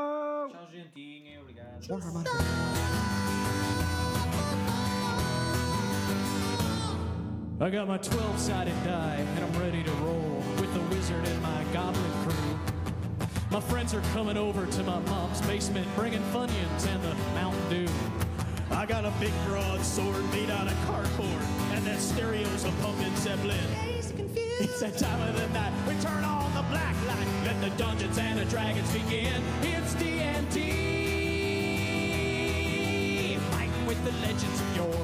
Speaker 4: Tchau, gentinho, obrigado.
Speaker 1: I got my 12 sided die and I'm ready to roll with the wizard and my goblin crew. My friends are coming over to my mom's basement bringing Funyuns and the Mountain Dew. I got a big broadsword made out of cardboard and that stereo's a pumping Zeppelin. It's that time of the night. We turn on the black light. Let the dungeons and the dragons begin. It's D&D. Fighting with the legends of yore.